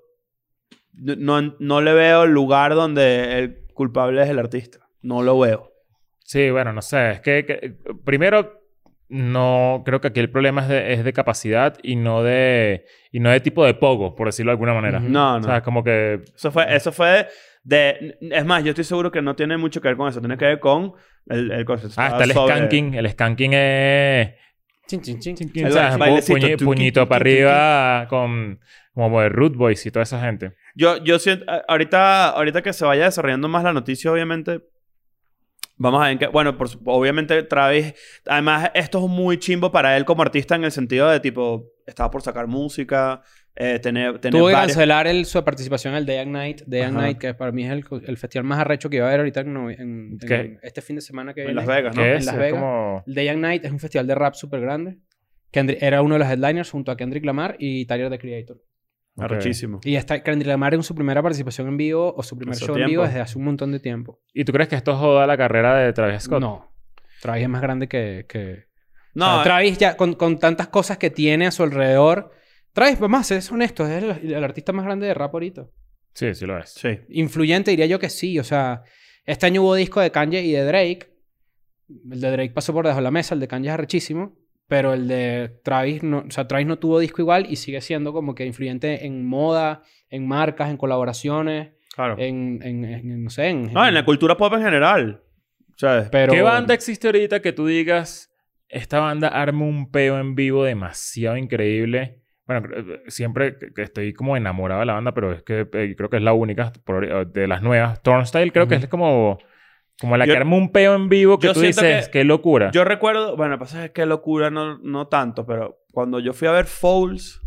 [SPEAKER 3] No, no- no le veo el lugar donde el culpable es el artista. No lo veo.
[SPEAKER 2] Sí, bueno, no sé. Es que, que- primero, no creo que aquí el problema es de, es de capacidad y no de y no de tipo de pogo, por decirlo de alguna manera.
[SPEAKER 4] Ujú.
[SPEAKER 3] No,
[SPEAKER 2] O
[SPEAKER 3] no.
[SPEAKER 2] sea, es como que
[SPEAKER 3] Eso fue, eso fue de... Es más, yo estoy seguro que no tiene mucho que ver con eso. Tiene que ver con el... el concepto
[SPEAKER 2] ah, está el
[SPEAKER 3] sobre-
[SPEAKER 2] skanking, el skanking es
[SPEAKER 4] Chin, chin, chin.
[SPEAKER 2] o sea,
[SPEAKER 3] El
[SPEAKER 2] pu-
[SPEAKER 3] bailecito,
[SPEAKER 2] puñi-
[SPEAKER 3] tuki,
[SPEAKER 2] puñito
[SPEAKER 3] tuki,
[SPEAKER 2] para
[SPEAKER 3] tuki.
[SPEAKER 2] arriba con como de Root Boys y toda esa gente.
[SPEAKER 3] Yo, yo siento, a- ahorita, ahorita que se vaya desarrollando más la noticia, obviamente, vamos a ver en qué, bueno, por su- obviamente Travis, además esto es muy chimbo para él como artista en el sentido de tipo, estaba por sacar música, eh, tener, tener
[SPEAKER 4] Tuve que
[SPEAKER 3] varias-
[SPEAKER 4] cancelar el- su participación al Day and Night. Day and
[SPEAKER 3] Ajá.
[SPEAKER 4] Night, que para mí es el, el festival más arrecho que iba a haber ahorita en, nove- en-
[SPEAKER 2] ¿Qué?
[SPEAKER 4] en este fin de semana que
[SPEAKER 3] en
[SPEAKER 4] viene.
[SPEAKER 3] Las Vegas,
[SPEAKER 2] Que
[SPEAKER 3] Ah, ¿no?
[SPEAKER 4] en
[SPEAKER 2] es,
[SPEAKER 4] Las
[SPEAKER 2] Es
[SPEAKER 4] Vegas.
[SPEAKER 2] como
[SPEAKER 4] El Day and Night es un festival de rap súper grande. Kendrick- era uno de los headliners junto a Kendrick Lamar y Tyler, The Creator.
[SPEAKER 2] Ok.
[SPEAKER 3] Arrechísimo.
[SPEAKER 4] Y está Kendrick Lamar en su primera participación en vivo o su primer
[SPEAKER 3] Hace
[SPEAKER 4] show en vivo
[SPEAKER 3] tiempo.
[SPEAKER 4] desde hace un montón de tiempo.
[SPEAKER 2] ¿Y tú crees que esto joda la carrera de Travis Scott?
[SPEAKER 4] No. Travis es más grande que... que-
[SPEAKER 3] No, eh.
[SPEAKER 4] o sea, Ah, Travis ya con, con tantas cosas que tiene a su alrededor... Travis, vamos a ser honestos, es el, el artista más grande de rap ahorita.
[SPEAKER 2] Sí, sí lo es.
[SPEAKER 3] sí.
[SPEAKER 4] Influyente diría yo que sí. O sea, este año hubo disco de Kanye y de Drake. El de Drake pasó por debajo de la mesa, el de Kanye es arrechísimo. Pero el de Travis no, o sea, Travis no tuvo disco igual y sigue siendo como que influyente en moda, en marcas, en colaboraciones,
[SPEAKER 3] Claro.
[SPEAKER 4] en, en- en- no sé, en...
[SPEAKER 3] no, en la cultura pop en general. ¿Sabes?
[SPEAKER 4] pero,
[SPEAKER 2] ¿Qué banda existe ahorita que tú digas, esta banda arma un peo en vivo demasiado increíble? Bueno, cre- eh, siempre que- que estoy como enamorado de la banda, pero es que eh, creo que es la única por ahori- de las nuevas. Turnstile creo que
[SPEAKER 4] Ujú.
[SPEAKER 2] es como, como la
[SPEAKER 3] Yo-
[SPEAKER 2] que arma un peo en vivo que
[SPEAKER 3] yo
[SPEAKER 2] tú
[SPEAKER 3] siento
[SPEAKER 2] dices,
[SPEAKER 3] que-
[SPEAKER 2] qué locura.
[SPEAKER 3] Yo recuerdo, bueno, pasa que locura no, no tanto, pero cuando yo fui a ver Fouls,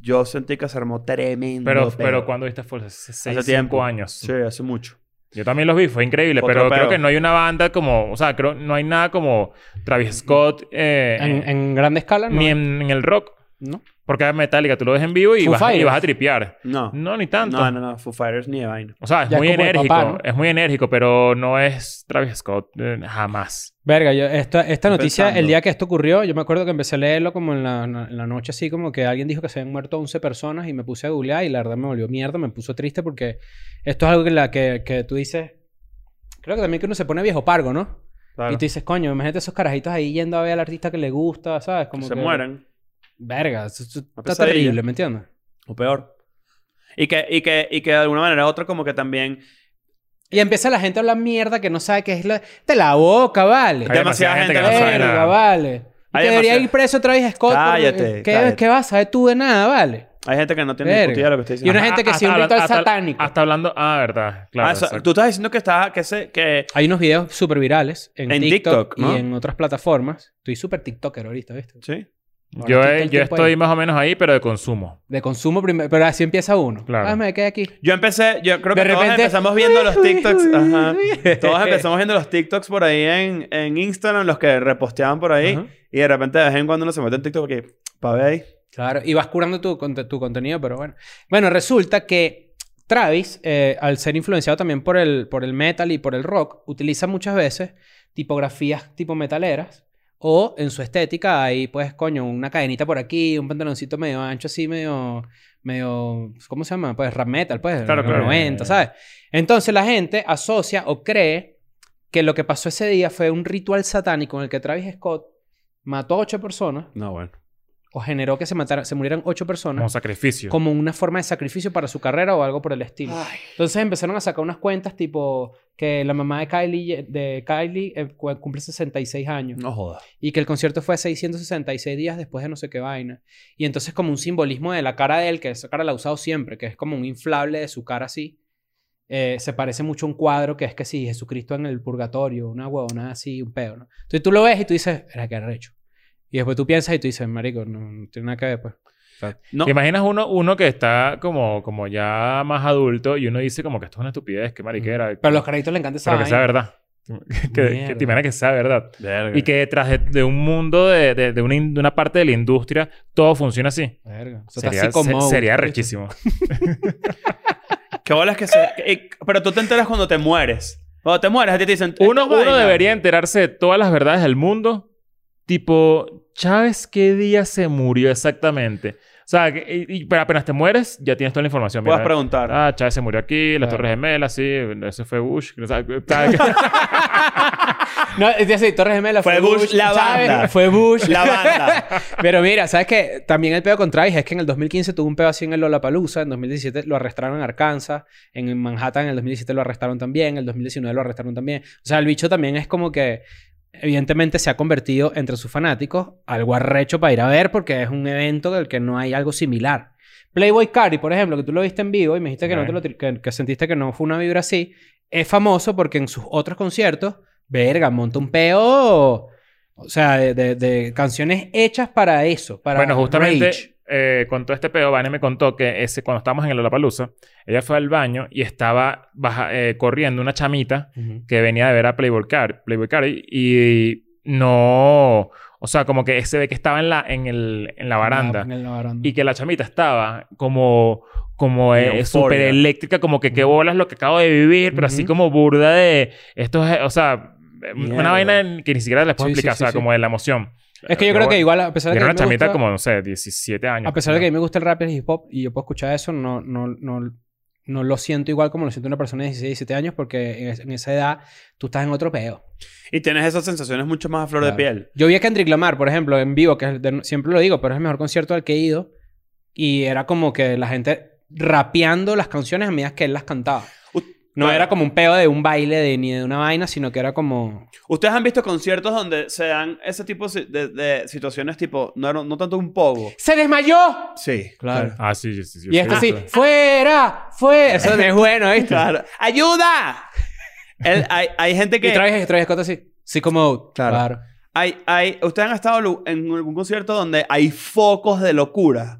[SPEAKER 3] yo sentí que se armó tremendo.
[SPEAKER 2] pero,
[SPEAKER 3] peo.
[SPEAKER 2] pero cuando viste fue hace seis,
[SPEAKER 3] tiempo.
[SPEAKER 2] cinco años.
[SPEAKER 3] Sí, hace mucho.
[SPEAKER 2] Yo también los vi, fue increíble,
[SPEAKER 3] Otro
[SPEAKER 2] pero
[SPEAKER 3] peo.
[SPEAKER 2] creo que no hay una banda como, o sea, creo no hay nada como Travis Scott eh,
[SPEAKER 4] En, en grande escala, Ah, no. eh.
[SPEAKER 2] ni en, en el rock.
[SPEAKER 4] No.
[SPEAKER 2] Porque Metallica, tú lo ves en vivo y,
[SPEAKER 4] Foo
[SPEAKER 2] vas, y
[SPEAKER 4] Fighters.
[SPEAKER 2] vas a tripear.
[SPEAKER 3] No.
[SPEAKER 2] No, ni tanto.
[SPEAKER 3] No, no, no. Foo Fighters ni de vaina.
[SPEAKER 2] O sea, es
[SPEAKER 4] Ya es
[SPEAKER 2] muy
[SPEAKER 4] como de
[SPEAKER 2] enérgico.
[SPEAKER 4] papá, ¿no?
[SPEAKER 2] Es muy enérgico, pero no es Travis Scott. eh, jamás.
[SPEAKER 4] Verga, yo- esta, esta
[SPEAKER 3] Estoy
[SPEAKER 4] noticia,
[SPEAKER 3] pensando.
[SPEAKER 4] el día que esto ocurrió, yo me acuerdo que empecé a leerlo como en la, en la noche, así como que alguien dijo que se habían muerto 11 personas y me puse a googlear y la verdad me volvió mierda, me puso triste porque esto es algo que, la, que, que tú dices, creo que también que uno se pone viejo pargo, ¿no?
[SPEAKER 3] Claro.
[SPEAKER 4] Y tú dices, coño, imagínate esos carajitos ahí yendo a ver al artista que le gusta, ¿sabes? Como
[SPEAKER 3] se
[SPEAKER 4] que-
[SPEAKER 3] mueren.
[SPEAKER 4] Verga, eso- eso está
[SPEAKER 3] pesadilla.
[SPEAKER 4] terrible, ¿me entiendes?
[SPEAKER 3] O peor. Y que, y, que, y que de alguna manera u otra como que también...
[SPEAKER 4] Y empieza la gente a hablar mierda que no sabe qué es la... ¡Te la boca, vale!
[SPEAKER 2] Hay
[SPEAKER 3] demasiada gente que no sabe
[SPEAKER 4] Verga,
[SPEAKER 2] nada.
[SPEAKER 4] vale. Y
[SPEAKER 3] Hay
[SPEAKER 4] que debería
[SPEAKER 3] demasiado-
[SPEAKER 4] ir preso Travis Scott. por-
[SPEAKER 3] Cállate,
[SPEAKER 4] ¿Qué,
[SPEAKER 3] cállate.
[SPEAKER 4] ¿Qué vas a saber tú de nada, vale?
[SPEAKER 3] Hay gente que no tiene
[SPEAKER 4] Verga.
[SPEAKER 3] ni puta idea de lo que está
[SPEAKER 4] Y
[SPEAKER 3] diciendo.
[SPEAKER 4] una gente que
[SPEAKER 2] Ah, Hasta
[SPEAKER 4] sí, un
[SPEAKER 2] hablan-
[SPEAKER 4] ritual
[SPEAKER 2] hasta-
[SPEAKER 4] satánico.
[SPEAKER 2] Hasta hablando... Ah, verdad. Claro.
[SPEAKER 3] Ah, eso-
[SPEAKER 2] exacto.
[SPEAKER 3] tú estás diciendo que está... Que se, que...
[SPEAKER 4] Hay unos videos súper virales en,
[SPEAKER 3] En
[SPEAKER 4] TikTok,
[SPEAKER 3] TikTok, ¿no?
[SPEAKER 4] y en otras plataformas. Estoy súper TikToker ahorita, ¿viste?
[SPEAKER 3] Sí.
[SPEAKER 4] Ahora
[SPEAKER 2] yo eh,
[SPEAKER 4] estoy todo el
[SPEAKER 2] yo
[SPEAKER 4] tiempo
[SPEAKER 2] estoy
[SPEAKER 4] ahí.
[SPEAKER 2] más o menos ahí, pero de consumo.
[SPEAKER 4] De consumo primero, pero así empieza uno.
[SPEAKER 2] Claro.
[SPEAKER 4] Ah, me quedé aquí.
[SPEAKER 3] Yo empecé... Yo creo que
[SPEAKER 4] De repente...
[SPEAKER 3] todos empezamos viendo los
[SPEAKER 4] uy,
[SPEAKER 3] TikToks.
[SPEAKER 4] uy,
[SPEAKER 3] Ajá.
[SPEAKER 4] uy.
[SPEAKER 3] Todos empezamos viendo los TikToks por ahí en, en Instagram, los que reposteaban por ahí.
[SPEAKER 4] Ajá.
[SPEAKER 3] Y de repente de vez en cuando uno se mete en TikTok porque... Pa' ver ahí.
[SPEAKER 4] Claro, y vas curando tu, conte- tu contenido, pero bueno. Bueno, resulta que Travis, eh, al ser influenciado también por el, por el metal y por el rock, utiliza muchas veces tipografías tipo metaleras. O en su estética hay, pues, coño, una cadenita por aquí, un pantaloncito medio ancho así, medio... medio ¿Cómo se llama? Pues rap metal, pues,
[SPEAKER 2] Claro,
[SPEAKER 4] claro,
[SPEAKER 2] claro.
[SPEAKER 4] 90, ¿sabes? Entonces la gente asocia o cree que lo que pasó ese día fue un ritual satánico en el que Travis Scott mató a ocho personas
[SPEAKER 3] No, bueno.
[SPEAKER 4] o generó que se, mataran, se murieran ocho personas
[SPEAKER 2] Como sacrificio.
[SPEAKER 4] como una forma de sacrificio para su carrera o algo por el estilo. Entonces empezaron a sacar unas cuentas tipo que la mamá de Kylie, de Kylie eh, cu- cumple 66 años
[SPEAKER 3] No jodas.
[SPEAKER 4] y que el concierto fue 666 días después de no sé qué vaina. Y entonces como un simbolismo de la cara de él, que esa cara la ha usado siempre, que es como un inflable de su cara así. eh, se parece mucho a un cuadro que es que sí, Jesucristo en el purgatorio, una huevona así, un pedo, ¿no? Entonces tú lo ves y tú dices, era que arrecho. Y después tú piensas y tú dices, marico, no, no tiene nada que ver, pues.
[SPEAKER 3] No.
[SPEAKER 2] ¿Te imaginas uno, uno que está como, como ya más adulto y uno dice como que esto es una estupidez, qué mariquera?
[SPEAKER 4] Pero a los caritos le encanta esa
[SPEAKER 2] Pero que sea
[SPEAKER 4] vaina.
[SPEAKER 2] verdad. Que- que,
[SPEAKER 4] Mierda.
[SPEAKER 2] te imaginas que sea verdad.
[SPEAKER 3] Verga.
[SPEAKER 2] Y que detrás de, de un mundo, de, de- de una, in- de una parte de la industria, todo funciona así.
[SPEAKER 4] Verga. Eso está
[SPEAKER 2] Sería,
[SPEAKER 4] así como-
[SPEAKER 2] se- sería rechísimo.
[SPEAKER 3] Qué bolas que se... que- eh, pero tú te enteras cuando te mueres. Cuando te mueres, a ti te dicen...
[SPEAKER 2] Uno,
[SPEAKER 3] "Esta
[SPEAKER 2] uno
[SPEAKER 3] vaina".
[SPEAKER 2] debería enterarse de todas las verdades del mundo. Tipo, ¿sabes qué día se murió exactamente? O sea, que- y- y- pero apenas te mueres, ya tienes toda la información.
[SPEAKER 3] Puedes
[SPEAKER 2] Mira,
[SPEAKER 3] preguntar.
[SPEAKER 2] Ah, Chávez se murió aquí, las
[SPEAKER 4] Claro.
[SPEAKER 2] Torres Gemelas, sí, ese fue Bush. que no sabe- sabe que-
[SPEAKER 4] No, es decir, Torres Gemela
[SPEAKER 3] Fue
[SPEAKER 4] fue,
[SPEAKER 3] Bush, la
[SPEAKER 4] Chávez,
[SPEAKER 3] banda.
[SPEAKER 4] Fue Bush.
[SPEAKER 3] La banda.
[SPEAKER 4] Pero mira, ¿sabes qué? También el pedo con Travis es que en el 2015 tuvo un pedo así en el Lollapalooza. En 2017 lo arrestaron en Arkansas. En Manhattan en el 2017 lo arrestaron también. En el 2019 lo arrestaron también. O sea, el bicho también es como que... Evidentemente se ha convertido entre sus fanáticos algo arrecho para ir a ver porque es un evento del que no hay algo similar. Playboy Cardi, por ejemplo, que tú lo viste en vivo y me dijiste que, no
[SPEAKER 2] Ok.
[SPEAKER 4] te lo tri- que- que sentiste que no fue una vibra así, es famoso porque en sus otros conciertos, verga, monta un peo o sea, de, de- de canciones hechas para eso. Para
[SPEAKER 2] Bueno, justamente
[SPEAKER 4] rage.
[SPEAKER 2] eh, con todo este pedo, Vane me contó que ese, cuando estábamos en el Lollapalooza, ella fue al baño y estaba baja- eh, corriendo una chamita
[SPEAKER 4] Ujú.
[SPEAKER 2] que venía de ver a Playboy Cardi, Playboy Cardi y no... O sea, como que se ve que estaba en la, en el, en la baranda.
[SPEAKER 4] En la baranda.
[SPEAKER 2] Y que la chamita estaba como, como
[SPEAKER 3] En
[SPEAKER 2] eh,
[SPEAKER 3] euforia.
[SPEAKER 2] súper eléctrica, como que qué bolas lo que acabo de vivir, pero así
[SPEAKER 4] Ujú.
[SPEAKER 2] como burda de esto es, o sea,
[SPEAKER 3] Mierda.
[SPEAKER 2] una vaina en- que ni siquiera les puedo
[SPEAKER 4] Sí, sí,
[SPEAKER 2] explicar, o
[SPEAKER 4] sí,
[SPEAKER 2] sea,
[SPEAKER 4] sí.
[SPEAKER 2] como de la emoción.
[SPEAKER 4] es que yo
[SPEAKER 2] Pero
[SPEAKER 4] creo que
[SPEAKER 2] bueno,
[SPEAKER 4] igual, a pesar
[SPEAKER 2] y
[SPEAKER 4] de que.
[SPEAKER 2] era
[SPEAKER 4] a
[SPEAKER 2] una
[SPEAKER 4] mí me
[SPEAKER 2] chamita
[SPEAKER 4] gusta-
[SPEAKER 2] como, no sé, 17 años.
[SPEAKER 4] A pesar de que a
[SPEAKER 2] creo.
[SPEAKER 4] mí me gusta el rap y el hip hop y yo puedo escuchar eso, no, no, no, no lo siento igual como lo siente una persona de 16, 17 años porque en, es- en esa edad tú estás en otro peo.
[SPEAKER 3] Y tienes esas sensaciones mucho más a flor de
[SPEAKER 4] Claro.
[SPEAKER 3] piel.
[SPEAKER 4] Yo vi a Kendrick Lamar, por ejemplo, en vivo, que es de- siempre lo digo, pero es el mejor concierto al que he ido. Y era como que la gente rapeando las canciones a medida que él las cantaba.
[SPEAKER 3] U-
[SPEAKER 4] No
[SPEAKER 3] claro.
[SPEAKER 4] era como un peo de un baile de, ni de una vaina, sino que era como...
[SPEAKER 3] ¿Ustedes han visto conciertos donde se dan ese tipo si- de, de situaciones tipo... No, no, no tanto un pogo.
[SPEAKER 4] ¡Se desmayó!
[SPEAKER 3] Sí.
[SPEAKER 4] Claro.
[SPEAKER 2] Ah, sí, sí, sí. sí,
[SPEAKER 4] Y es
[SPEAKER 2] sí,
[SPEAKER 4] que así,
[SPEAKER 2] sí.
[SPEAKER 4] ¡fuera! ¡Fuera! Eso no es bueno, ¿viste?
[SPEAKER 3] Claro. ¡Ayuda! El- hay, hay gente
[SPEAKER 4] Y
[SPEAKER 3] que...
[SPEAKER 4] Travis, Travis Scott así. Sí, como...
[SPEAKER 3] Claro. Hay, hay, ¿Ustedes han estado lu- en algún concierto donde hay focos de locura?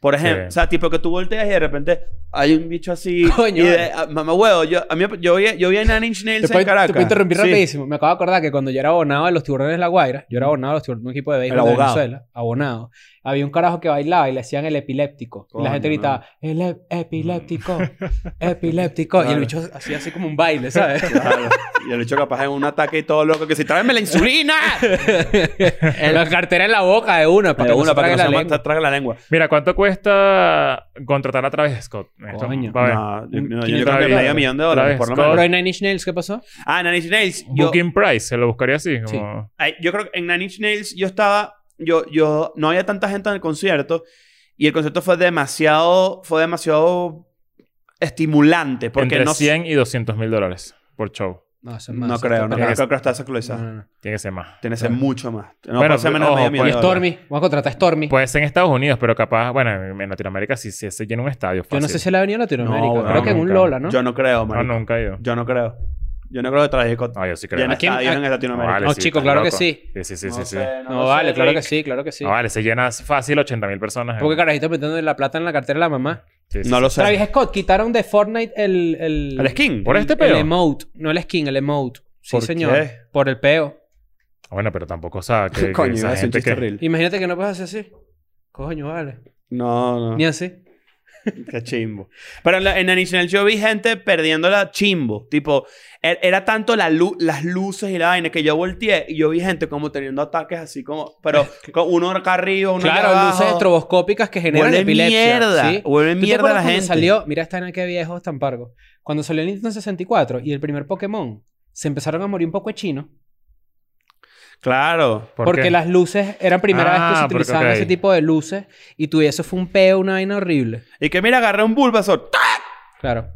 [SPEAKER 3] Por ejemplo,
[SPEAKER 2] Sí.
[SPEAKER 3] o sea, tipo que tú volteas y de repente hay un bicho así.
[SPEAKER 4] Coño,
[SPEAKER 3] y de-
[SPEAKER 4] vale.
[SPEAKER 3] ah, mamá huevo, yo, a mí, yo, vi, yo vi a Nine Inch Nails
[SPEAKER 4] Te puedo,
[SPEAKER 3] en
[SPEAKER 4] te puedo
[SPEAKER 3] Caracas.
[SPEAKER 4] interrumpir
[SPEAKER 3] Sí.
[SPEAKER 4] rapidísimo. Me acabo de acordar que cuando yo era abonado de los tiburones de la Guaira, yo era abonado de los tiburones, un equipo de béisbol
[SPEAKER 3] El
[SPEAKER 4] de
[SPEAKER 3] abogado.
[SPEAKER 4] Venezuela, abonado. Había un carajo que bailaba y le hacían el epiléptico. y
[SPEAKER 3] Coño,
[SPEAKER 4] la gente gritaba, el ep- epiléptico, epiléptico. Y el
[SPEAKER 3] Claro.
[SPEAKER 4] bicho hacía así como un baile, ¿sabes?
[SPEAKER 3] Claro. Y el bicho capaz en un ataque y todo loco que si tráeme la insulina.
[SPEAKER 4] la cartera en la boca de uno, para
[SPEAKER 3] Pero
[SPEAKER 4] que
[SPEAKER 3] una
[SPEAKER 4] uno
[SPEAKER 3] para que no
[SPEAKER 4] la
[SPEAKER 3] se
[SPEAKER 4] lengua.
[SPEAKER 3] ma- trague la lengua.
[SPEAKER 2] Mira, ¿cuánto cuesta contratar a Travis Scott? Esto,
[SPEAKER 4] Coño.
[SPEAKER 2] va a ver.
[SPEAKER 3] No, yo,
[SPEAKER 4] un
[SPEAKER 3] no,
[SPEAKER 2] 500
[SPEAKER 3] yo creo que
[SPEAKER 2] dólares.
[SPEAKER 3] medio millón de dólares,
[SPEAKER 2] Travis
[SPEAKER 3] por lo
[SPEAKER 2] Scott.
[SPEAKER 4] Pero
[SPEAKER 3] menos.
[SPEAKER 4] en Nine Inch Nails, ¿qué pasó?
[SPEAKER 3] Ah, Nine Inch Nails. Yo,
[SPEAKER 2] Booking Price, se lo buscaría así. Como...
[SPEAKER 3] Ay, yo creo que en Nine Inch Nails yo estaba, yo, yo, no había tanta gente en el concierto y el concierto fue demasiado, fue demasiado estimulante porque
[SPEAKER 2] Entre
[SPEAKER 3] no,
[SPEAKER 2] 100 y 200 mil dólares por show.
[SPEAKER 4] No, eso es más,
[SPEAKER 3] no
[SPEAKER 4] eso
[SPEAKER 3] creo,
[SPEAKER 4] está
[SPEAKER 3] no
[SPEAKER 4] peleado.
[SPEAKER 3] creo, creo que está
[SPEAKER 4] No,
[SPEAKER 3] actualizado.
[SPEAKER 4] no, no.
[SPEAKER 2] Tiene que ser más.
[SPEAKER 3] Tiene que ser
[SPEAKER 4] Claro.
[SPEAKER 3] mucho más. No Pues,
[SPEAKER 2] Bueno,
[SPEAKER 3] puede ser menos de
[SPEAKER 2] ojo,
[SPEAKER 3] medio millón
[SPEAKER 2] pues,
[SPEAKER 3] de dólares.
[SPEAKER 4] Stormy, vamos a contratar a Stormy.
[SPEAKER 2] Puede ser en Estados Unidos, pero capaz... Bueno, en Latinoamérica sí, sí se llena un estadio
[SPEAKER 4] yo
[SPEAKER 2] fácil.
[SPEAKER 4] no sé si le ha venido a Latinoamérica.
[SPEAKER 3] No,
[SPEAKER 4] creo
[SPEAKER 2] no,
[SPEAKER 4] que en un
[SPEAKER 2] nunca.
[SPEAKER 4] Lola, ¿no?
[SPEAKER 3] Yo no creo,
[SPEAKER 2] No,
[SPEAKER 3] man.
[SPEAKER 2] nunca he ido.
[SPEAKER 3] Yo no creo. Yo no creo que traje con
[SPEAKER 2] No, yo sí creo.
[SPEAKER 3] llena
[SPEAKER 2] Aquí-
[SPEAKER 4] quién-
[SPEAKER 3] estadios en
[SPEAKER 2] No,
[SPEAKER 3] Latinoamérica.
[SPEAKER 2] vale,
[SPEAKER 4] No,
[SPEAKER 2] sí,
[SPEAKER 4] chico,
[SPEAKER 2] estás
[SPEAKER 4] claro que
[SPEAKER 2] loco.
[SPEAKER 4] sí.
[SPEAKER 2] Sí, sí, sí.
[SPEAKER 3] No
[SPEAKER 2] sí, sí.
[SPEAKER 3] sé,
[SPEAKER 4] No,
[SPEAKER 3] lo
[SPEAKER 4] vale,
[SPEAKER 3] sé,
[SPEAKER 4] claro que
[SPEAKER 3] Rick.
[SPEAKER 4] sí, claro que sí.
[SPEAKER 2] No, vale, se llena fácil 80 mil personas. eh.
[SPEAKER 4] Porque carajito metiendo la plata en la cartera de la mamá.
[SPEAKER 2] Sí, sí,
[SPEAKER 3] No
[SPEAKER 2] sí.
[SPEAKER 3] lo sé.
[SPEAKER 4] Travis Scott quitaron de Fortnite el. El,
[SPEAKER 3] ¿El skin?
[SPEAKER 2] ¿Por
[SPEAKER 4] el-
[SPEAKER 2] este
[SPEAKER 4] El
[SPEAKER 2] peo?
[SPEAKER 4] emote. No el skin, el emote. Sí,
[SPEAKER 3] ¿Por
[SPEAKER 4] señor.
[SPEAKER 3] qué?
[SPEAKER 4] Por el peo.
[SPEAKER 2] Ah, Bueno, pero tampoco, o sea, que, que
[SPEAKER 3] Coño,
[SPEAKER 2] esa
[SPEAKER 3] es un
[SPEAKER 2] gente
[SPEAKER 3] chiste
[SPEAKER 2] que...
[SPEAKER 3] horrible.
[SPEAKER 4] Imagínate que no puedes hacer así. Coño, vale.
[SPEAKER 3] No,
[SPEAKER 4] Ni
[SPEAKER 3] no.
[SPEAKER 4] así.
[SPEAKER 3] Qué chimbo. Pero en, la, en National yo vi gente perdiéndola chimbo. Tipo, er- era tanto la lu- las luces y la vaina que yo volteé y yo vi gente como teniendo ataques así como... Pero con uno acá arriba, uno acá
[SPEAKER 4] Claro,
[SPEAKER 3] abajo.
[SPEAKER 4] luces estroboscópicas que generan
[SPEAKER 3] Huele
[SPEAKER 4] epilepsia.
[SPEAKER 3] mierda.
[SPEAKER 4] ¿sí?
[SPEAKER 3] Huele
[SPEAKER 4] ¿Tú te
[SPEAKER 3] mierda
[SPEAKER 4] acuerdas
[SPEAKER 3] la
[SPEAKER 4] cuando
[SPEAKER 3] gente.
[SPEAKER 4] salió, mira esta en qué viejo tan pargo. Cuando salió el Nintendo 64 y el primer Pokémon, se empezaron a morir un poco de chino.
[SPEAKER 3] Claro.
[SPEAKER 2] ¿Por
[SPEAKER 4] porque
[SPEAKER 2] qué?
[SPEAKER 4] las luces eran primera vez que
[SPEAKER 2] Ah,
[SPEAKER 4] se
[SPEAKER 2] porque,
[SPEAKER 4] utilizaban
[SPEAKER 2] ok.
[SPEAKER 4] ese tipo de luces y tú, y eso fue un peo, una vaina horrible.
[SPEAKER 3] Y que mira, agarré un Bulbasaur. ¡tac!
[SPEAKER 4] Claro.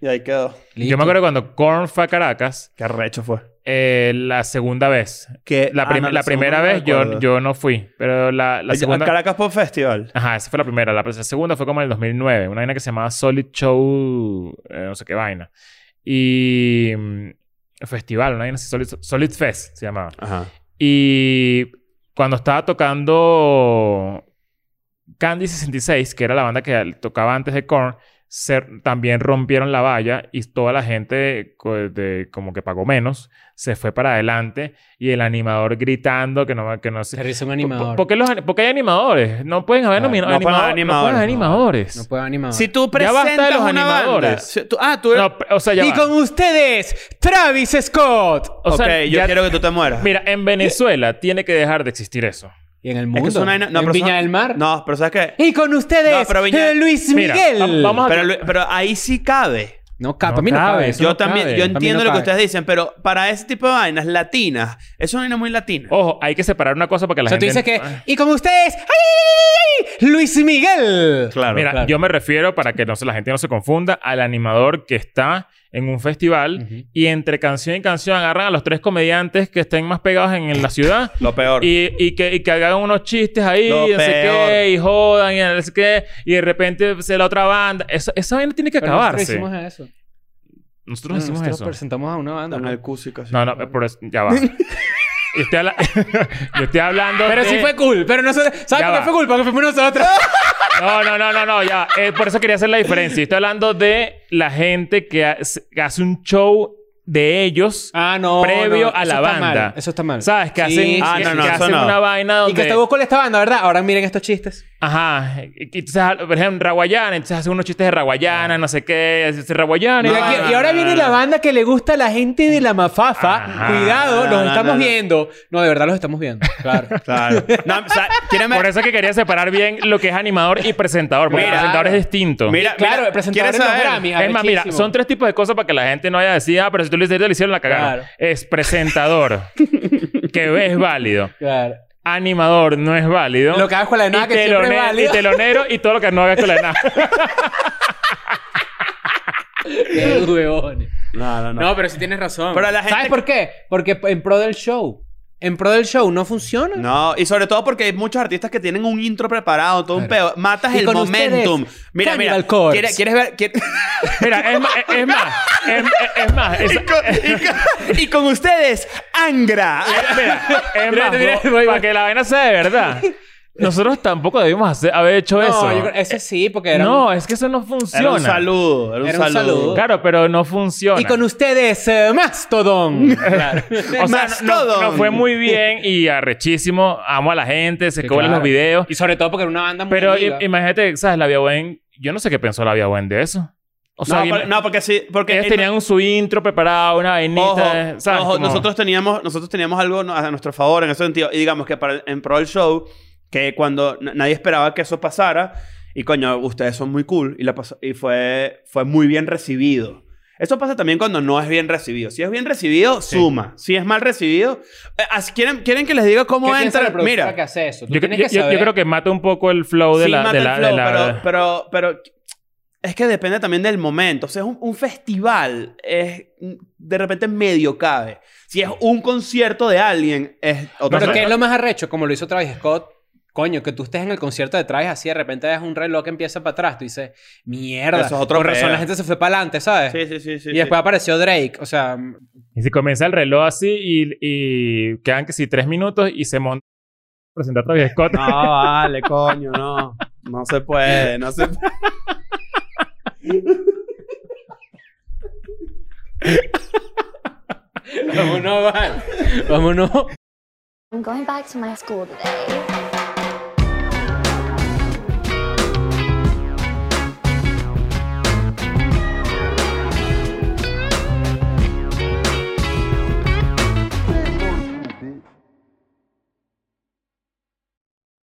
[SPEAKER 3] Y ahí quedó.
[SPEAKER 2] Yo me acuerdo cuando Korn fue a Caracas,
[SPEAKER 3] Qué arrecho fue.
[SPEAKER 2] eh, la segunda vez.
[SPEAKER 3] Que,
[SPEAKER 2] La,
[SPEAKER 3] ah,
[SPEAKER 2] prim-
[SPEAKER 3] no,
[SPEAKER 2] la
[SPEAKER 3] segunda
[SPEAKER 2] primera
[SPEAKER 3] no
[SPEAKER 2] vez yo,
[SPEAKER 3] recuerdo.
[SPEAKER 2] yo no fui, pero la, la
[SPEAKER 3] Al- al
[SPEAKER 2] segunda...
[SPEAKER 3] Caracas Pop Festival.
[SPEAKER 2] Ajá, esa fue la primera. La, la segunda fue como en el 2009. Una vaina que se llamaba Solid Show... eh, no sé qué vaina. Y... mm, Festival, una vaina así. Solid, Solid Fest se llamaba.
[SPEAKER 3] Ajá.
[SPEAKER 2] Y cuando estaba tocando Candy 66, que era la banda que tocaba antes de Korn, se- también rompieron la valla y toda la gente co- de- como que pagó menos, se fue para adelante y el animador gritando que no, que no
[SPEAKER 4] Se
[SPEAKER 2] se...
[SPEAKER 4] risa un
[SPEAKER 2] ¿Por,
[SPEAKER 4] animador.
[SPEAKER 2] por qué los, ani- por qué hay animadores? No pueden haber
[SPEAKER 4] Claro,
[SPEAKER 2] nomi-
[SPEAKER 3] no pueden
[SPEAKER 2] animado-
[SPEAKER 3] haber
[SPEAKER 2] No pueden haber animadores.
[SPEAKER 4] No puedo animar.
[SPEAKER 3] Si tú
[SPEAKER 2] Ya
[SPEAKER 3] presentas
[SPEAKER 2] basta de los
[SPEAKER 3] una
[SPEAKER 2] animadores.
[SPEAKER 3] banda... si tú- ah, tú... eres...
[SPEAKER 2] No, o sea, ya
[SPEAKER 4] y
[SPEAKER 2] va.
[SPEAKER 4] con ustedes, Travis Scott.
[SPEAKER 2] O sea,
[SPEAKER 3] ok, yo
[SPEAKER 2] ya-
[SPEAKER 3] quiero que tú te mueras.
[SPEAKER 2] Mira, en Venezuela tiene que dejar de existir eso.
[SPEAKER 4] Y en el
[SPEAKER 3] Es
[SPEAKER 4] mundo.
[SPEAKER 3] que es una vaina- no,
[SPEAKER 4] en
[SPEAKER 3] pero
[SPEAKER 4] Viña
[SPEAKER 3] son-
[SPEAKER 4] del Mar.
[SPEAKER 3] No, pero ¿sabes qué?
[SPEAKER 4] Y con ustedes,
[SPEAKER 3] No, pero Viña-
[SPEAKER 4] eh, Luis
[SPEAKER 2] Mira,
[SPEAKER 4] Miguel.
[SPEAKER 2] va- vamos a-
[SPEAKER 3] Pero, Lu- pero ahí sí cabe.
[SPEAKER 4] No, capa,
[SPEAKER 2] No
[SPEAKER 4] a mí no
[SPEAKER 2] cabe,
[SPEAKER 4] cabe.
[SPEAKER 2] eso
[SPEAKER 3] yo
[SPEAKER 2] no
[SPEAKER 3] también,
[SPEAKER 2] cabe.
[SPEAKER 3] yo
[SPEAKER 2] Para mí
[SPEAKER 4] no
[SPEAKER 3] entiendo lo que
[SPEAKER 4] cabe.
[SPEAKER 3] ustedes dicen, pero para ese tipo de vainas latinas, eso no es muy latina.
[SPEAKER 4] Oh,
[SPEAKER 2] Ojo, hay que separar una cosa para que la
[SPEAKER 4] O sea, tú
[SPEAKER 2] gente...
[SPEAKER 4] dices que. Y con ustedes, ¡ay, ay, ay, ay! Luis Miguel.
[SPEAKER 3] Claro.
[SPEAKER 2] Mira,
[SPEAKER 4] claro.
[SPEAKER 2] yo me refiero, para que no se, la gente no se confunda, al animador que está en un festival
[SPEAKER 4] Ujú.
[SPEAKER 2] y entre canción y canción agarran a los tres comediantes que estén más pegados en, en la ciudad
[SPEAKER 3] Lo peor.
[SPEAKER 2] y, y que, y que hagan unos chistes ahí,
[SPEAKER 3] Lo
[SPEAKER 2] y no sé
[SPEAKER 3] peor.
[SPEAKER 2] qué, y jodan, y no sé qué, y de repente se la otra banda. Eso- esa vaina tiene que
[SPEAKER 4] Pero
[SPEAKER 2] acabarse.
[SPEAKER 4] Nosotros hicimos eso.
[SPEAKER 2] Nosotros hicimos
[SPEAKER 4] Nosotros
[SPEAKER 2] eso.
[SPEAKER 4] presentamos a una banda.
[SPEAKER 3] en
[SPEAKER 4] ¿no?
[SPEAKER 3] el cusico, así.
[SPEAKER 2] No, no, eh, por eso- ya va. yo, estoy habla- yo estoy hablando
[SPEAKER 4] Pero
[SPEAKER 2] de-
[SPEAKER 4] sí fue cool. Pero nosotros. ¿Sabes
[SPEAKER 2] Ya
[SPEAKER 4] por qué
[SPEAKER 2] va.
[SPEAKER 4] fue cool? Porque fuimos nosotros.
[SPEAKER 2] No, no, no, no, no, ya. Eh, por eso quería hacer la diferencia. Estoy hablando de la gente que hace, que hace un show de ellos.
[SPEAKER 4] Ah, no.
[SPEAKER 2] Previo
[SPEAKER 4] no,
[SPEAKER 2] a
[SPEAKER 4] eso
[SPEAKER 2] la
[SPEAKER 4] está
[SPEAKER 2] banda.
[SPEAKER 4] mal, Eso está mal.
[SPEAKER 2] ¿Sabes? Que
[SPEAKER 4] Sí,
[SPEAKER 2] hacen,
[SPEAKER 4] sí,
[SPEAKER 3] Ah,
[SPEAKER 2] que-
[SPEAKER 3] no,
[SPEAKER 2] que
[SPEAKER 3] no, eso
[SPEAKER 2] hacen
[SPEAKER 3] no.
[SPEAKER 2] una vaina
[SPEAKER 4] Y que
[SPEAKER 2] donde...
[SPEAKER 4] hasta busco esta banda, ¿verdad? Ahora miren estos chistes.
[SPEAKER 2] Ajá. Y Entonces, ah, por ejemplo, Raguayana. Entonces hacen unos chistes de Raguayana, no sé qué. es- es Raguayana.
[SPEAKER 4] Y,
[SPEAKER 2] y-
[SPEAKER 4] aquí-
[SPEAKER 3] no,
[SPEAKER 4] y ahora
[SPEAKER 3] no,
[SPEAKER 4] viene
[SPEAKER 3] no,
[SPEAKER 4] la
[SPEAKER 3] no.
[SPEAKER 4] banda que le gusta a la gente de la mafafa.
[SPEAKER 2] Ajá.
[SPEAKER 4] Cuidado,
[SPEAKER 3] No,
[SPEAKER 4] los
[SPEAKER 3] no,
[SPEAKER 4] estamos
[SPEAKER 3] no, no.
[SPEAKER 4] viendo. No, de verdad los estamos viendo. Claro.
[SPEAKER 3] Claro. No, o sea, ¿quieren ver-
[SPEAKER 2] Por eso es que quería separar bien lo que es animador y presentador. Porque
[SPEAKER 3] Mira.
[SPEAKER 2] presentador es distinto.
[SPEAKER 3] Mira,
[SPEAKER 4] claro,
[SPEAKER 3] mira,
[SPEAKER 4] el presentador
[SPEAKER 3] ¿quieres
[SPEAKER 4] en los
[SPEAKER 3] saber?
[SPEAKER 4] Grammy.
[SPEAKER 2] Es más, mira,
[SPEAKER 4] arrechísimo.
[SPEAKER 2] son tres tipos de cosas para que la gente no haya decidido, ah, pero si tú lo hiciste, le hicieron la cagada.
[SPEAKER 4] Claro.
[SPEAKER 2] Es presentador, que es válido.
[SPEAKER 4] Claro.
[SPEAKER 2] animador no es válido.
[SPEAKER 4] Lo que hagas con la de nada
[SPEAKER 2] Y
[SPEAKER 4] que siempre es
[SPEAKER 2] telone-
[SPEAKER 4] válido.
[SPEAKER 2] Y telonero y todo lo que no hagas con la de nada.
[SPEAKER 4] Qué huevones.
[SPEAKER 3] No, no, no.
[SPEAKER 4] No, pero sí tienes razón.
[SPEAKER 3] Pero la gente-
[SPEAKER 4] ¿Sabes por qué? Porque en pro del show. En pro del show no funciona.
[SPEAKER 3] No, y sobre todo porque hay muchos artistas que tienen un intro preparado, todo un pedo. Matas
[SPEAKER 4] Y
[SPEAKER 3] el
[SPEAKER 4] con ustedes,
[SPEAKER 3] momentum. mira, mira.
[SPEAKER 4] Cannibal Corpse.
[SPEAKER 3] ¿Quieres, quieres ver? quiere-
[SPEAKER 2] Mira, es más. Es, es más. Es, es- es más.
[SPEAKER 3] y,
[SPEAKER 2] es-
[SPEAKER 3] con, y con- y con ustedes, Angra.
[SPEAKER 2] mira, es
[SPEAKER 4] Mira,
[SPEAKER 2] más.
[SPEAKER 4] mira,
[SPEAKER 2] bro,
[SPEAKER 4] voy, voy.
[SPEAKER 2] para que la vaina sea de verdad. Nosotros tampoco debimos hacer- haber hecho
[SPEAKER 4] No,
[SPEAKER 2] eso.
[SPEAKER 4] yo creo- ese sí, porque era.
[SPEAKER 2] no, es que eso no funciona.
[SPEAKER 3] Era un saludo. Era un,
[SPEAKER 4] Era un
[SPEAKER 3] saludo.
[SPEAKER 4] saludo.
[SPEAKER 2] Claro, pero no funciona.
[SPEAKER 4] Y con ustedes, eh, Mastodon. Claro.
[SPEAKER 2] o sea, no- no-
[SPEAKER 3] Mastodon.
[SPEAKER 2] no fue muy bien y arrechísimo. Amo a la gente, se cobran los videos.
[SPEAKER 4] Y sobre todo porque era una banda muy
[SPEAKER 2] Pero i-
[SPEAKER 4] amiga.
[SPEAKER 3] eh,
[SPEAKER 2] imagínate, ¿sabes? La Vía Buen, yo no sé qué pensó la Vía Buen de eso. O sea,
[SPEAKER 3] no, por-
[SPEAKER 2] ima-
[SPEAKER 3] no, porque sí. Porque
[SPEAKER 2] ellos
[SPEAKER 3] él-
[SPEAKER 2] tenían un- su intro preparado, una vainita,
[SPEAKER 3] Ojo,
[SPEAKER 2] ¿sabes?
[SPEAKER 3] ojo,
[SPEAKER 2] Como-
[SPEAKER 3] nosotros, teníamos, nosotros teníamos algo no- a nuestro favor en ese sentido. Y digamos que para, en pro del show, que cuando n- nadie esperaba que eso pasara, y coño, ustedes son muy cool, y, la pas- y fue, fue muy bien recibido. Eso pasa también cuando no es bien recibido. Si es bien recibido, suma. Si es mal recibido, eh, así- ¿quieren, ¿quieren que les diga
[SPEAKER 4] ¿Qué
[SPEAKER 3] cómo
[SPEAKER 4] piensa la
[SPEAKER 3] entra?
[SPEAKER 4] productora
[SPEAKER 3] Mira,
[SPEAKER 4] que hace eso? Tú
[SPEAKER 2] Yo,
[SPEAKER 4] tienes
[SPEAKER 2] yo-
[SPEAKER 4] que
[SPEAKER 2] yo- yo
[SPEAKER 4] saber.
[SPEAKER 2] creo que mata un poco el flow de
[SPEAKER 3] sí,
[SPEAKER 2] la...
[SPEAKER 3] mata
[SPEAKER 2] De
[SPEAKER 3] el
[SPEAKER 2] la,
[SPEAKER 3] flow,
[SPEAKER 2] de la-
[SPEAKER 3] pero, pero, pero es que depende también del momento. O sea, es un, un festival es de repente medio cabe. Si es un concierto de alguien, es otra
[SPEAKER 4] Pero
[SPEAKER 2] No,
[SPEAKER 4] ¿qué
[SPEAKER 3] cosa.
[SPEAKER 4] es lo más arrecho? Como lo hizo Travis Scott. Coño, que tú estés en el concierto de Travis así, de repente ves un reloj que empieza para atrás. Tú dices, mierda.
[SPEAKER 3] Eso es otro
[SPEAKER 4] Con razón
[SPEAKER 3] peo.
[SPEAKER 4] la gente se fue para adelante, ¿sabes?
[SPEAKER 3] Sí, sí, sí, sí.
[SPEAKER 4] y
[SPEAKER 3] sí.
[SPEAKER 4] después apareció Drake. O sea,
[SPEAKER 2] Y si comienza el reloj así y, y quedan que si tres minutos y se monta a presentar a Travis Scott.
[SPEAKER 3] No, vale, coño, no. No se puede, no se puede.
[SPEAKER 4] vámonos, vale. Vámonos.
[SPEAKER 1] I'm going back to my school today.